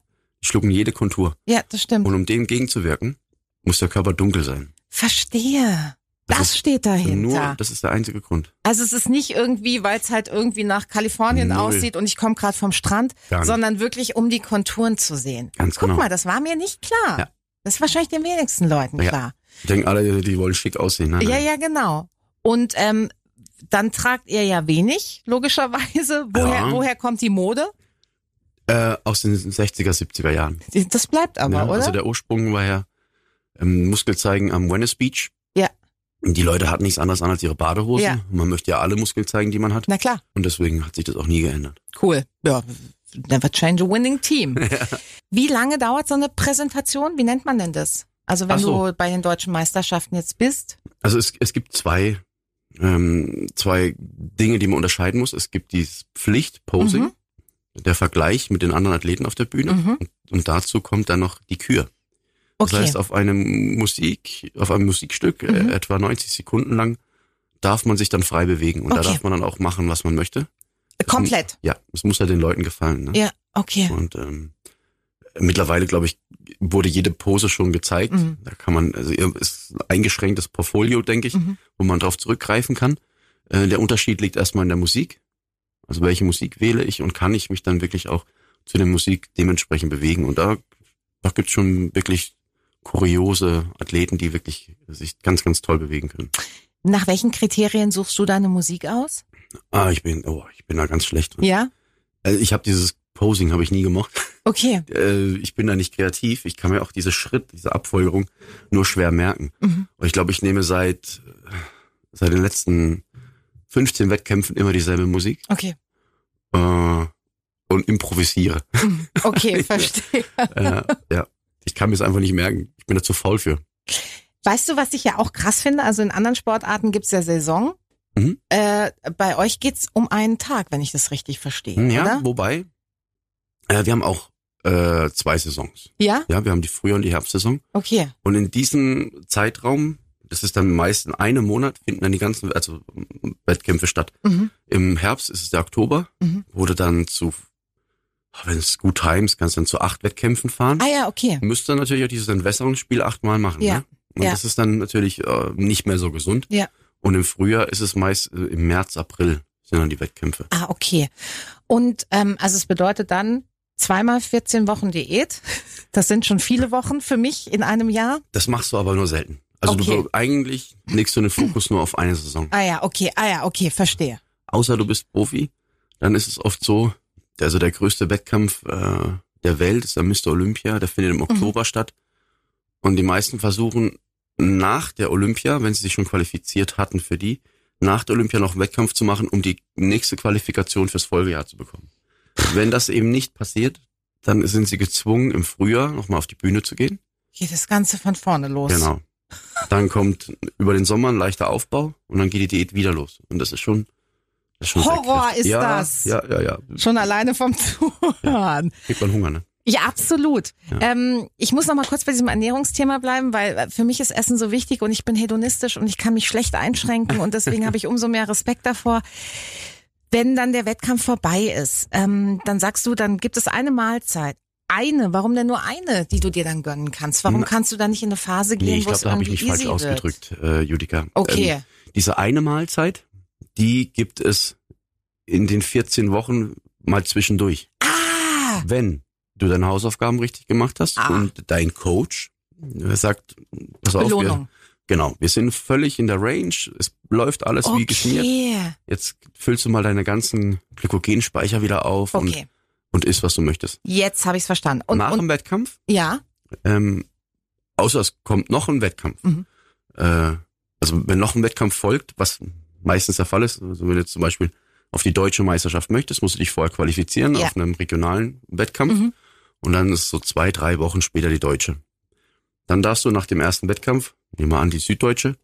Speaker 3: Die schlucken jede Kontur.
Speaker 2: Ja, das stimmt.
Speaker 3: Und um dem gegenzuwirken, muss der Körper dunkel sein.
Speaker 2: Verstehe. Das,
Speaker 3: Das
Speaker 2: steht
Speaker 3: Also Nur,
Speaker 2: dahinter.
Speaker 3: das ist der einzige Grund.
Speaker 2: also es ist nicht irgendwie, weil es halt irgendwie nach Kalifornien
Speaker 3: Null.
Speaker 2: aussieht und ich komme gerade vom Strand,
Speaker 3: Gar nicht.
Speaker 2: sondern wirklich um die Konturen zu sehen.
Speaker 3: Ganz
Speaker 2: Guck
Speaker 3: genau.
Speaker 2: mal, das war mir nicht klar.
Speaker 3: Ja.
Speaker 2: Das ist wahrscheinlich den wenigsten Leuten
Speaker 3: Ja.
Speaker 2: klar.
Speaker 3: Ich denke, alle, die wollen schick aussehen. ne? Nein,
Speaker 2: Ja,
Speaker 3: nein.
Speaker 2: ja, genau. Und ähm, dann tragt ihr ja wenig, logischerweise. Woher,
Speaker 3: Ja.
Speaker 2: woher kommt die Mode?
Speaker 3: Äh, aus den 60er, 70er Jahren.
Speaker 2: Das bleibt aber,
Speaker 3: ja,
Speaker 2: oder?
Speaker 3: Also der Ursprung war ja ähm, Muskelzeigen am Venice Beach.
Speaker 2: Ja.
Speaker 3: Die Leute hatten nichts anderes an als ihre Badehosen.
Speaker 2: Ja.
Speaker 3: Man möchte ja alle Muskeln zeigen, die man hat.
Speaker 2: Na klar.
Speaker 3: Und deswegen hat sich das auch nie geändert.
Speaker 2: Cool. Ja, never change a winning team. Wie lange dauert so eine Präsentation? Wie nennt man denn das? Also wenn
Speaker 3: Ach so.
Speaker 2: du bei den deutschen Meisterschaften jetzt bist,
Speaker 3: Also es, es gibt zwei, ähm, zwei Dinge, die man unterscheiden muss. Es gibt dieses Pflicht-Posing,
Speaker 2: Mhm.
Speaker 3: der Vergleich mit den anderen Athleten auf der Bühne.
Speaker 2: Mhm.
Speaker 3: Und, und dazu kommt dann noch die Kür.
Speaker 2: okay.
Speaker 3: Das heißt, auf einem Musik, auf einem Musikstück,
Speaker 2: Mhm.
Speaker 3: äh, etwa 90 Sekunden lang, darf man sich dann frei bewegen. Und da
Speaker 2: Okay.
Speaker 3: darf man dann auch machen, was man möchte.
Speaker 2: komplett.
Speaker 3: Ja, es muss ja den Leuten gefallen. Ne?
Speaker 2: Ja, okay.
Speaker 3: Und ähm, mittlerweile, glaube ich, wurde jede Pose schon gezeigt.
Speaker 2: Mhm.
Speaker 3: Da kann man, also ihr- ist ein eingeschränktes Portfolio, denke ich,
Speaker 2: Mhm.
Speaker 3: wo man drauf zurückgreifen kann. Äh, der Unterschied liegt erstmal in der Musik. Also welche Musik wähle ich und kann ich mich dann wirklich auch zu der Musik dementsprechend bewegen. Und da, da gibt's schon wirklich kuriose Athleten, die wirklich sich ganz, ganz toll bewegen können.
Speaker 2: Nach welchen Kriterien suchst du deine Musik aus?
Speaker 3: Ah, ich bin, oh, ich bin da ganz schlecht drin.
Speaker 2: Ja.
Speaker 3: Also ich habe dieses Posing habe ich nie gemocht.
Speaker 2: Okay.
Speaker 3: äh, ich bin da nicht kreativ. Ich kann mir auch diese Schritt, diese Abfolgerung nur schwer merken.
Speaker 2: Mhm.
Speaker 3: Und ich glaube, ich nehme seit, seit den letzten 15 Wettkämpfen immer dieselbe Musik
Speaker 2: Okay.
Speaker 3: äh, und improvisiere.
Speaker 2: Mhm. Okay, verstehe.
Speaker 3: äh, ja. Ich kann mir es einfach nicht merken. Ich bin da zu faul für.
Speaker 2: Weißt du, was ich ja auch krass finde? Also in anderen Sportarten gibt's ja Saison.
Speaker 3: Mhm.
Speaker 2: Äh, bei euch geht's um einen Tag, wenn ich das richtig verstehe,
Speaker 3: Ja,
Speaker 2: oder?
Speaker 3: wobei, äh, wir haben auch äh, zwei Saisons.
Speaker 2: Ja,
Speaker 3: Ja, wir haben die Früh- und die Herbstsaison.
Speaker 2: okay.
Speaker 3: Und in diesem Zeitraum, das ist dann meist in einem Monat, finden dann die ganzen also, Wettkämpfe statt.
Speaker 2: Mhm.
Speaker 3: Im Herbst ist es der Oktober,
Speaker 2: Mhm.
Speaker 3: wurde dann zu, ah, wenn es gut times, kannst du dann zu acht Wettkämpfen fahren.
Speaker 2: Ah ja, okay.
Speaker 3: Müsst dann natürlich auch dieses Entwässerungsspiel achtmal machen.
Speaker 2: Ja,
Speaker 3: Ne? Und
Speaker 2: ja.
Speaker 3: das ist dann natürlich äh, nicht mehr so gesund.
Speaker 2: Ja.
Speaker 3: Und im Frühjahr ist es meist äh, im März, April sind dann die Wettkämpfe.
Speaker 2: Ah, okay. Und ähm, also es bedeutet dann zweimal 14 Wochen Diät. Das sind schon viele Wochen für mich in einem Jahr.
Speaker 3: Das machst du aber nur selten. Also
Speaker 2: Okay.
Speaker 3: du, eigentlich legst du den Fokus nur auf eine Saison.
Speaker 2: Ah ja, okay, ah ja, okay, verstehe.
Speaker 3: Außer du bist Profi, dann ist es oft so, also der größte Wettkampf äh, der Welt ist der Mr. Olympia, der findet im Oktober statt. Und die meisten versuchen nach der Olympia, wenn sie sich schon qualifiziert hatten für die, nach der Olympia noch einen Wettkampf zu machen, um die nächste Qualifikation fürs Folgejahr zu bekommen. Wenn das eben nicht passiert, dann sind sie gezwungen, im Frühjahr nochmal auf die Bühne zu gehen.
Speaker 2: Geht das Ganze von vorne los.
Speaker 3: Genau. Dann kommt über den Sommer ein leichter Aufbau und dann geht die Diät wieder los. Und das ist schon. Das ist schon
Speaker 2: Horror
Speaker 3: sehr kräftig.
Speaker 2: ist
Speaker 3: ja,
Speaker 2: das.
Speaker 3: Ja, ja, ja.
Speaker 2: Schon alleine vom Zuhören.
Speaker 3: Kriegt man Hunger, ne?
Speaker 2: Ja, absolut.
Speaker 3: Ja.
Speaker 2: Ähm, ich muss noch mal kurz bei diesem Ernährungsthema bleiben, weil äh, für mich ist Essen so wichtig und ich bin hedonistisch und ich kann mich schlecht einschränken und deswegen habe ich umso mehr Respekt davor. Wenn dann der Wettkampf vorbei ist, ähm, dann sagst du, dann gibt es eine Mahlzeit. Eine, warum denn nur eine, die du dir dann gönnen kannst? Warum
Speaker 3: Na,
Speaker 2: kannst du da nicht in eine Phase gehen,
Speaker 3: Hm. Nee, ich
Speaker 2: wo
Speaker 3: glaube,
Speaker 2: es
Speaker 3: da habe ich
Speaker 2: irgendwie
Speaker 3: mich
Speaker 2: easy
Speaker 3: falsch
Speaker 2: wird?
Speaker 3: ausgedrückt, äh, Judika.
Speaker 2: Okay,
Speaker 3: Ähm, diese eine Mahlzeit, die gibt es in den 14 Wochen mal zwischendurch.
Speaker 2: Ah,
Speaker 3: Wenn du deine Hausaufgaben richtig gemacht hast
Speaker 2: Ah.
Speaker 3: und dein Coach äh, sagt, pass auf, wir,
Speaker 2: Belohnung.
Speaker 3: genau, wir sind völlig in der Range, es läuft alles wie geschmiert.
Speaker 2: Okay,
Speaker 3: jetzt füllst du mal deine ganzen Glykogenspeicher wieder auf
Speaker 2: okay.
Speaker 3: und, und isst, was du möchtest.
Speaker 2: Jetzt habe ich es verstanden. Und,
Speaker 3: Nach
Speaker 2: und
Speaker 3: dem Wettkampf,
Speaker 2: ja,
Speaker 3: ähm, außer es kommt noch ein Wettkampf,
Speaker 2: Mhm.
Speaker 3: äh, also wenn noch ein Wettkampf folgt, was meistens der Fall ist, also wenn du jetzt zum Beispiel auf die deutsche Meisterschaft möchtest, musst du dich vorher qualifizieren
Speaker 2: Ja.
Speaker 3: auf einem regionalen Wettkampf
Speaker 2: Mhm.
Speaker 3: und dann ist so zwei, drei Wochen später die deutsche. Dann darfst du nach dem ersten Wettkampf, nehmen wir an die süddeutsche,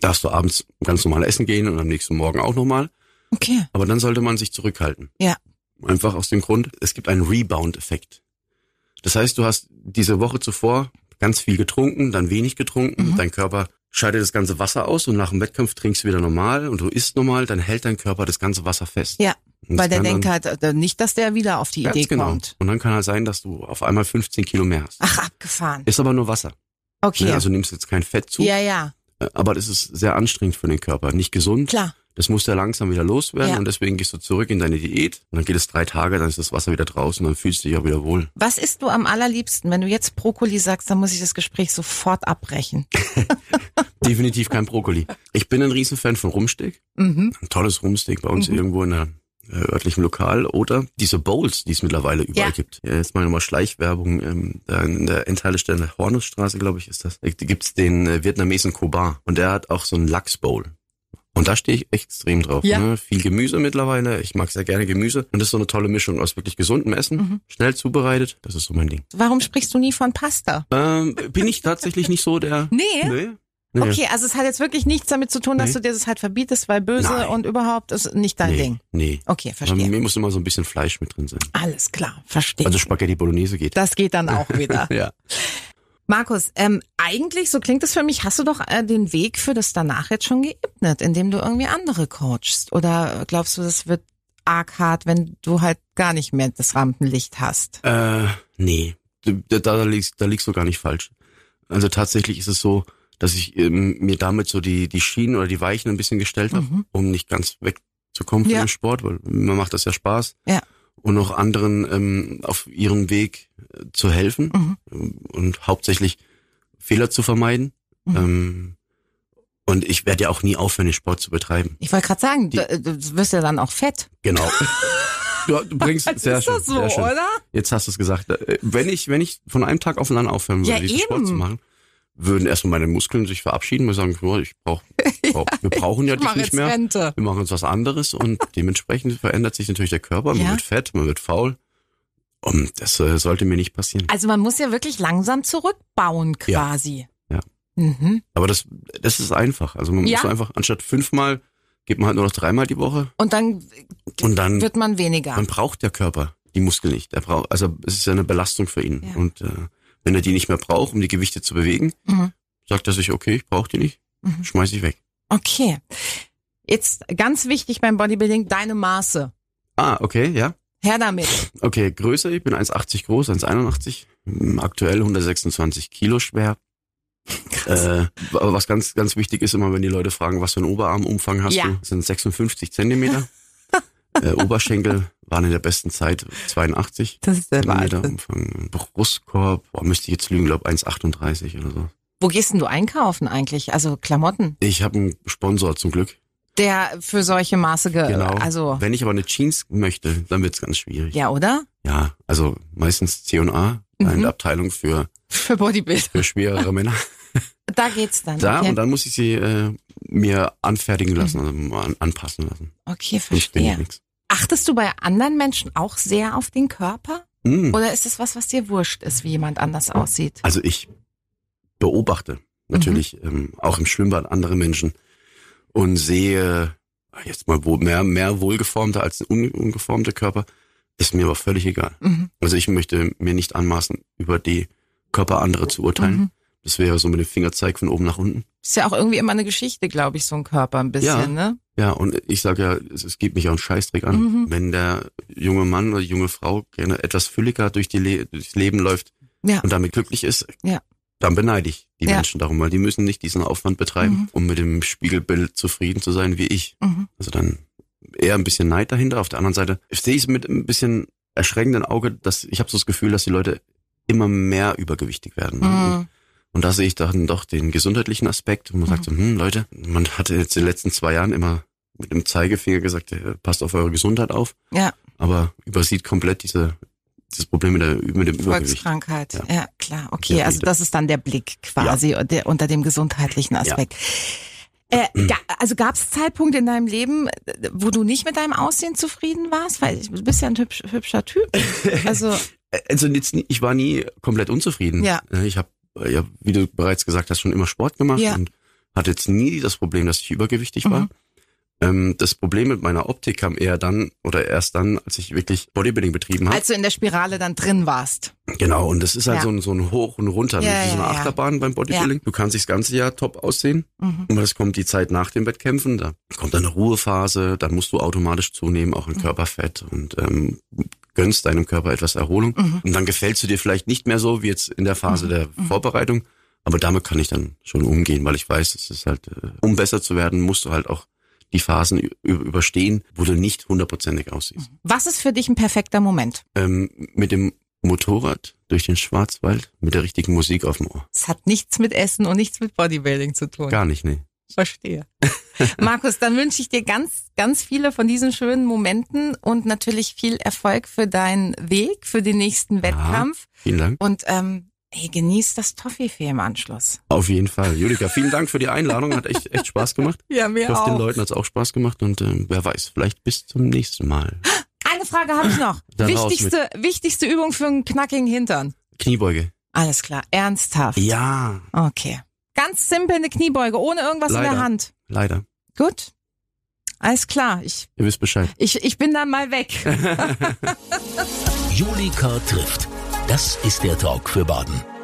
Speaker 3: darfst du abends ganz normal essen gehen und am nächsten Morgen auch nochmal.
Speaker 2: okay.
Speaker 3: Aber dann sollte man sich zurückhalten.
Speaker 2: Ja.
Speaker 3: Einfach aus dem Grund, es gibt einen Rebound-Effekt. Das heißt, du hast diese Woche zuvor ganz viel getrunken, dann wenig getrunken,
Speaker 2: Mhm.
Speaker 3: dein Körper scheidet das ganze Wasser aus und nach dem Wettkampf trinkst du wieder normal und du isst normal, dann hält dein Körper das ganze Wasser fest.
Speaker 2: Ja,
Speaker 3: Und das
Speaker 2: Weil der
Speaker 3: kann
Speaker 2: denkt
Speaker 3: dann,
Speaker 2: halt äh, nicht, dass der wieder auf die
Speaker 3: ganz
Speaker 2: Idee
Speaker 3: genau.
Speaker 2: kommt.
Speaker 3: Und dann kann halt sein, dass du auf einmal 15 Kilo mehr hast.
Speaker 2: Ach, abgefahren.
Speaker 3: Ist aber nur Wasser.
Speaker 2: Okay.
Speaker 3: Ne? Also nimmst jetzt kein Fett zu,
Speaker 2: ja, ja,
Speaker 3: äh, aber das ist sehr anstrengend für den Körper, nicht gesund.
Speaker 2: klar.
Speaker 3: Das muss ja langsam wieder loswerden
Speaker 2: Ja.
Speaker 3: und deswegen gehst du zurück in deine Diät und dann geht es drei Tage, dann ist das Wasser wieder draußen, dann fühlst du dich auch wieder wohl.
Speaker 2: Was isst du am allerliebsten? Wenn du jetzt Brokkoli sagst, dann muss ich das Gespräch sofort abbrechen.
Speaker 3: Definitiv kein Brokkoli. Ich bin ein Riesenfan von Rumsteak.
Speaker 2: Mhm.
Speaker 3: Ein tolles Rumsteak bei uns irgendwo in der äh, örtlichem Lokal oder diese Bowls, die es mittlerweile überall
Speaker 2: Ja.
Speaker 3: gibt. Ja, jetzt mal nochmal Schleichwerbung. Ähm, da in der Endhaltestelle der Hornusstraße, glaube ich, ist das. Da gibt's den äh, Vietnamesen Kobar und der hat auch so einen Lachs-Bowl. Und da stehe ich echt extrem drauf.
Speaker 4: Ja.
Speaker 3: Ne? Viel Gemüse mittlerweile. Ich mag sehr gerne Gemüse. Und das ist so eine tolle Mischung aus wirklich gesundem Essen,
Speaker 2: Mhm.
Speaker 3: schnell zubereitet. Das ist so mein Ding.
Speaker 2: Warum sprichst du nie von Pasta? Ne.
Speaker 3: Ähm, bin ich tatsächlich nicht so der.
Speaker 4: Nee.
Speaker 3: Nee. nee.
Speaker 2: Okay, also es hat jetzt wirklich nichts damit zu tun, dass
Speaker 3: Nee.
Speaker 2: du dir das halt verbietest, weil böse
Speaker 3: Nein.
Speaker 2: und überhaupt ist nicht dein
Speaker 3: nee.
Speaker 2: Ding.
Speaker 3: Nee.
Speaker 2: Okay,
Speaker 3: Bei
Speaker 2: verstehe.
Speaker 3: mir muss immer so ein bisschen Fleisch mit drin sein.
Speaker 2: Alles klar, verstehe.
Speaker 3: Also Spaghetti Bolognese geht.
Speaker 2: das geht dann auch wieder.
Speaker 3: Ja.
Speaker 2: Markus, ähm, eigentlich, so klingt es für mich, hast du doch äh, den Weg für das danach jetzt schon geebnet, indem du irgendwie andere coachst. Oder glaubst du, das wird arg hart, wenn du halt gar nicht mehr das Rampenlicht hast?
Speaker 3: Äh, nee, da, da, liegst, da liegst du gar nicht falsch. Also tatsächlich ist es so, dass ich ähm, mir damit so die, die Schienen oder die Weichen ein bisschen gestellt habe,
Speaker 2: Mhm.
Speaker 3: um nicht ganz wegzukommen von
Speaker 2: Ja.
Speaker 3: dem Sport, weil man macht das ja Spaß.
Speaker 2: Ja.
Speaker 3: Und auch anderen ähm, auf ihrem Weg äh, zu helfen ähm,
Speaker 2: Mhm.
Speaker 3: und hauptsächlich Fehler zu vermeiden.
Speaker 2: Mhm.
Speaker 3: Ähm, und ich werde ja auch nie aufhören, den Sport zu betreiben.
Speaker 2: Ich wollte gerade sagen,
Speaker 3: Die-
Speaker 2: du, äh, du wirst ja dann auch fett.
Speaker 3: Genau. Ja, du bringst sehr
Speaker 2: ist
Speaker 3: schön,
Speaker 2: das so,
Speaker 3: sehr schön.
Speaker 2: oder?
Speaker 3: Jetzt hast du es gesagt. Äh, Wenn ich, wenn ich von einem Tag auf den anderen aufhören würde,
Speaker 2: Ja,
Speaker 3: diesen Sport
Speaker 2: eben.
Speaker 3: zu machen, würden erstmal meine Muskeln sich verabschieden und sagen, oh, ich brauch, brauch, wir brauchen ja
Speaker 2: Ich
Speaker 3: dich
Speaker 2: mache
Speaker 3: nicht
Speaker 2: jetzt
Speaker 3: mehr.
Speaker 2: Rente.
Speaker 3: Wir machen uns was anderes und dementsprechend verändert sich natürlich der Körper. Man
Speaker 2: Ja.
Speaker 3: wird fett, man wird faul. Und das äh, sollte mir nicht passieren.
Speaker 2: Also man muss ja wirklich langsam zurückbauen
Speaker 3: Ja.
Speaker 2: quasi.
Speaker 3: Ja.
Speaker 2: Mhm.
Speaker 3: Aber das, das ist einfach. Also man
Speaker 2: Ja.
Speaker 3: muss einfach, anstatt fünfmal, geht man halt nur noch dreimal die Woche
Speaker 2: Und dann
Speaker 3: und dann
Speaker 2: wird man weniger.
Speaker 3: Man braucht der Körper die Muskeln nicht. Er braucht, also es ist ja eine Belastung für ihn.
Speaker 2: Ja.
Speaker 3: Und äh, wenn er die nicht mehr braucht, um die Gewichte zu bewegen,
Speaker 2: Mhm.
Speaker 3: sagt er sich, okay, ich brauche die nicht,
Speaker 2: Mhm.
Speaker 3: schmeiß ich weg.
Speaker 2: Okay. Jetzt ganz wichtig beim Bodybuilding, deine Maße.
Speaker 3: Ah, okay, ja.
Speaker 2: Her damit.
Speaker 3: Okay, Größe, ich bin 1,80 groß, 1,81, hm, aktuell 126 Kilo schwer. Äh, aber was ganz, ganz wichtig ist immer, wenn die Leute fragen, was für einen Oberarmumfang hast
Speaker 2: Ja.
Speaker 3: du, das sind 56 Zentimeter. äh, Oberschenkel waren in der besten Zeit 82.
Speaker 2: Das ist der
Speaker 3: Millimeter Umfang. Brustkorb, boah, müsste ich jetzt lügen, glaube 1,38 oder so.
Speaker 2: Wo gehst denn du einkaufen eigentlich? Also Klamotten,
Speaker 3: Ich habe einen Sponsor zum Glück.
Speaker 2: der für solche Maße ge
Speaker 3: Genau.
Speaker 2: also
Speaker 3: Wenn ich aber eine Jeans möchte, dann wird's ganz schwierig.
Speaker 2: ja, oder?
Speaker 3: Ja, also meistens C&A,
Speaker 2: Mhm.
Speaker 3: eine Abteilung für,
Speaker 2: Für Bodybuilding.
Speaker 3: für
Speaker 2: Ah,
Speaker 3: schwerere Männer.
Speaker 2: Da geht's dann.
Speaker 3: Da
Speaker 2: okay.
Speaker 3: und dann muss ich sie äh, mir anfertigen lassen, also mal an, anpassen lassen.
Speaker 2: okay,
Speaker 3: Ich bin ja
Speaker 2: Mhm. verstehe.
Speaker 3: nichts.
Speaker 2: Achtest du bei anderen Menschen auch sehr auf den Körper?
Speaker 3: Mm.
Speaker 2: Oder ist es was, was dir wurscht ist, wie jemand anders aussieht?
Speaker 3: Also ich beobachte natürlich
Speaker 2: Mhm.
Speaker 3: ähm, auch im Schwimmbad andere Menschen und sehe ah, jetzt mal wohl mehr, mehr wohlgeformte als un, ungeformte Körper. Ist mir aber völlig egal.
Speaker 2: Mhm.
Speaker 3: Also ich möchte mir nicht anmaßen, über die Körper anderer zu urteilen.
Speaker 2: Mhm.
Speaker 3: Das wäre so mit dem Fingerzeig von oben nach unten.
Speaker 2: Ist ja auch irgendwie immer eine Geschichte, glaube ich, so ein Körper ein bisschen,
Speaker 3: Ja.
Speaker 2: ne?
Speaker 3: Ja, und ich sage ja, es, es geht mich auch einen Scheißdreck an.
Speaker 2: Mhm.
Speaker 3: Wenn der junge Mann oder die junge Frau gerne etwas fülliger durch die Le durchs Leben läuft
Speaker 2: Ja.
Speaker 3: und damit glücklich ist,
Speaker 2: Ja.
Speaker 3: dann beneide ich die
Speaker 2: Ja.
Speaker 3: Menschen darum, weil die müssen nicht diesen Aufwand betreiben,
Speaker 2: Mhm.
Speaker 3: um mit dem Spiegelbild zufrieden zu sein wie ich.
Speaker 2: Mhm.
Speaker 3: Also dann eher ein bisschen Neid dahinter. Auf der anderen Seite sehe ich es mit ein bisschen erschreckendem Auge, dass ich habe so das Gefühl, dass die Leute immer mehr übergewichtig werden. ne? Und,
Speaker 2: Mhm.
Speaker 3: und da sehe ich dann doch den gesundheitlichen Aspekt. Und man sagt so, hm, Leute, man hatte jetzt in den letzten zwei Jahren immer mit dem Zeigefinger gesagt, äh, passt auf eure Gesundheit auf.
Speaker 2: Ja.
Speaker 3: Aber übersieht komplett diese, dieses Problem mit, der, mit dem Übergewicht.
Speaker 2: Volkskrankheit. Ja.
Speaker 3: Ja.
Speaker 2: klar. Okay,
Speaker 3: Ja,
Speaker 2: also
Speaker 3: und-
Speaker 2: das ist dann der Blick quasi und der, unter dem gesundheitlichen Aspekt. Äh, ga, also gab es Zeitpunkte in deinem Leben, äh, wo du nicht mit deinem Aussehen zufrieden warst? Weil ich- du bist ja ein hübsch, hübscher Typ. Also
Speaker 3: Also jetzt, nie- ich war nie komplett unzufrieden.
Speaker 2: Ja.
Speaker 3: Ich habe, ja, wie du bereits gesagt hast, schon immer Sport gemacht
Speaker 2: Ja. Mhm.
Speaker 3: und hatte jetzt nie das Problem, dass ich übergewichtig war. Ähm, das Problem mit meiner Optik kam eher dann oder erst dann, als ich wirklich Bodybuilding betrieben habe.
Speaker 2: als du in der Spirale dann drin warst.
Speaker 3: Genau, und das ist halt
Speaker 2: Ja.
Speaker 3: so, ein, so ein Hoch und Runter.
Speaker 2: Ja,
Speaker 3: das ist so eine
Speaker 2: ja, ja.
Speaker 3: Achterbahn beim Bodybuilding. Du kannst dich das ganze Jahr top aussehen,
Speaker 2: Mhm.
Speaker 3: aber es kommt die Zeit nach den Wettkämpfen, da kommt dann eine Ruhephase, dann musst du automatisch zunehmen, auch
Speaker 2: Mhm.
Speaker 3: in Körperfett und ähm, gönnst deinem Körper etwas Erholung.
Speaker 2: Mhm.
Speaker 3: Und dann gefällst du dir vielleicht nicht mehr so wie jetzt in der Phase der Vorbereitung, aber damit kann ich dann schon umgehen, weil ich weiß, es ist halt, äh, um besser zu werden, musst du halt auch die Phasen ü- überstehen, wo du nicht hundertprozentig aussiehst
Speaker 2: Was ist für dich ein perfekter Moment?
Speaker 3: ähm, mit dem Motorrad durch den Schwarzwald mit der richtigen Musik auf dem Ohr.
Speaker 2: Es hat nichts mit Essen und nichts mit Bodybuilding zu tun.
Speaker 3: Gar nicht, nee.
Speaker 2: Verstehe. Markus, dann wünsche ich dir ganz, ganz viele von diesen schönen Momenten und natürlich viel Erfolg für deinen Weg, für den nächsten Wettkampf.
Speaker 3: Vielen Dank.
Speaker 2: Und ähm, hey, genieß das Toffifee im Anschluss.
Speaker 3: Auf jeden Fall. Julika, vielen Dank für die Einladung. Hat echt, echt Spaß gemacht.
Speaker 2: Ja,
Speaker 3: Ich
Speaker 2: mir
Speaker 3: hoffe, den Leuten hat es auch Spaß gemacht und ähm, wer weiß, vielleicht bis zum nächsten Mal.
Speaker 2: Eine Frage habe ich noch.
Speaker 3: Dann raus
Speaker 2: wichtigste, wichtigste Übung für einen knackigen Hintern.
Speaker 3: Kniebeuge.
Speaker 2: Alles klar, ernsthaft.
Speaker 3: Ja,
Speaker 2: Okay. Ganz simpel eine Kniebeuge, ohne irgendwas in der
Speaker 3: Leider.
Speaker 2: Hand.
Speaker 3: leider.
Speaker 2: Gut. Alles klar, ich,
Speaker 3: Ihr wisst Bescheid.
Speaker 2: ich, ich bin dann mal weg.
Speaker 1: Julika trifft. Das ist der Talk für Baden.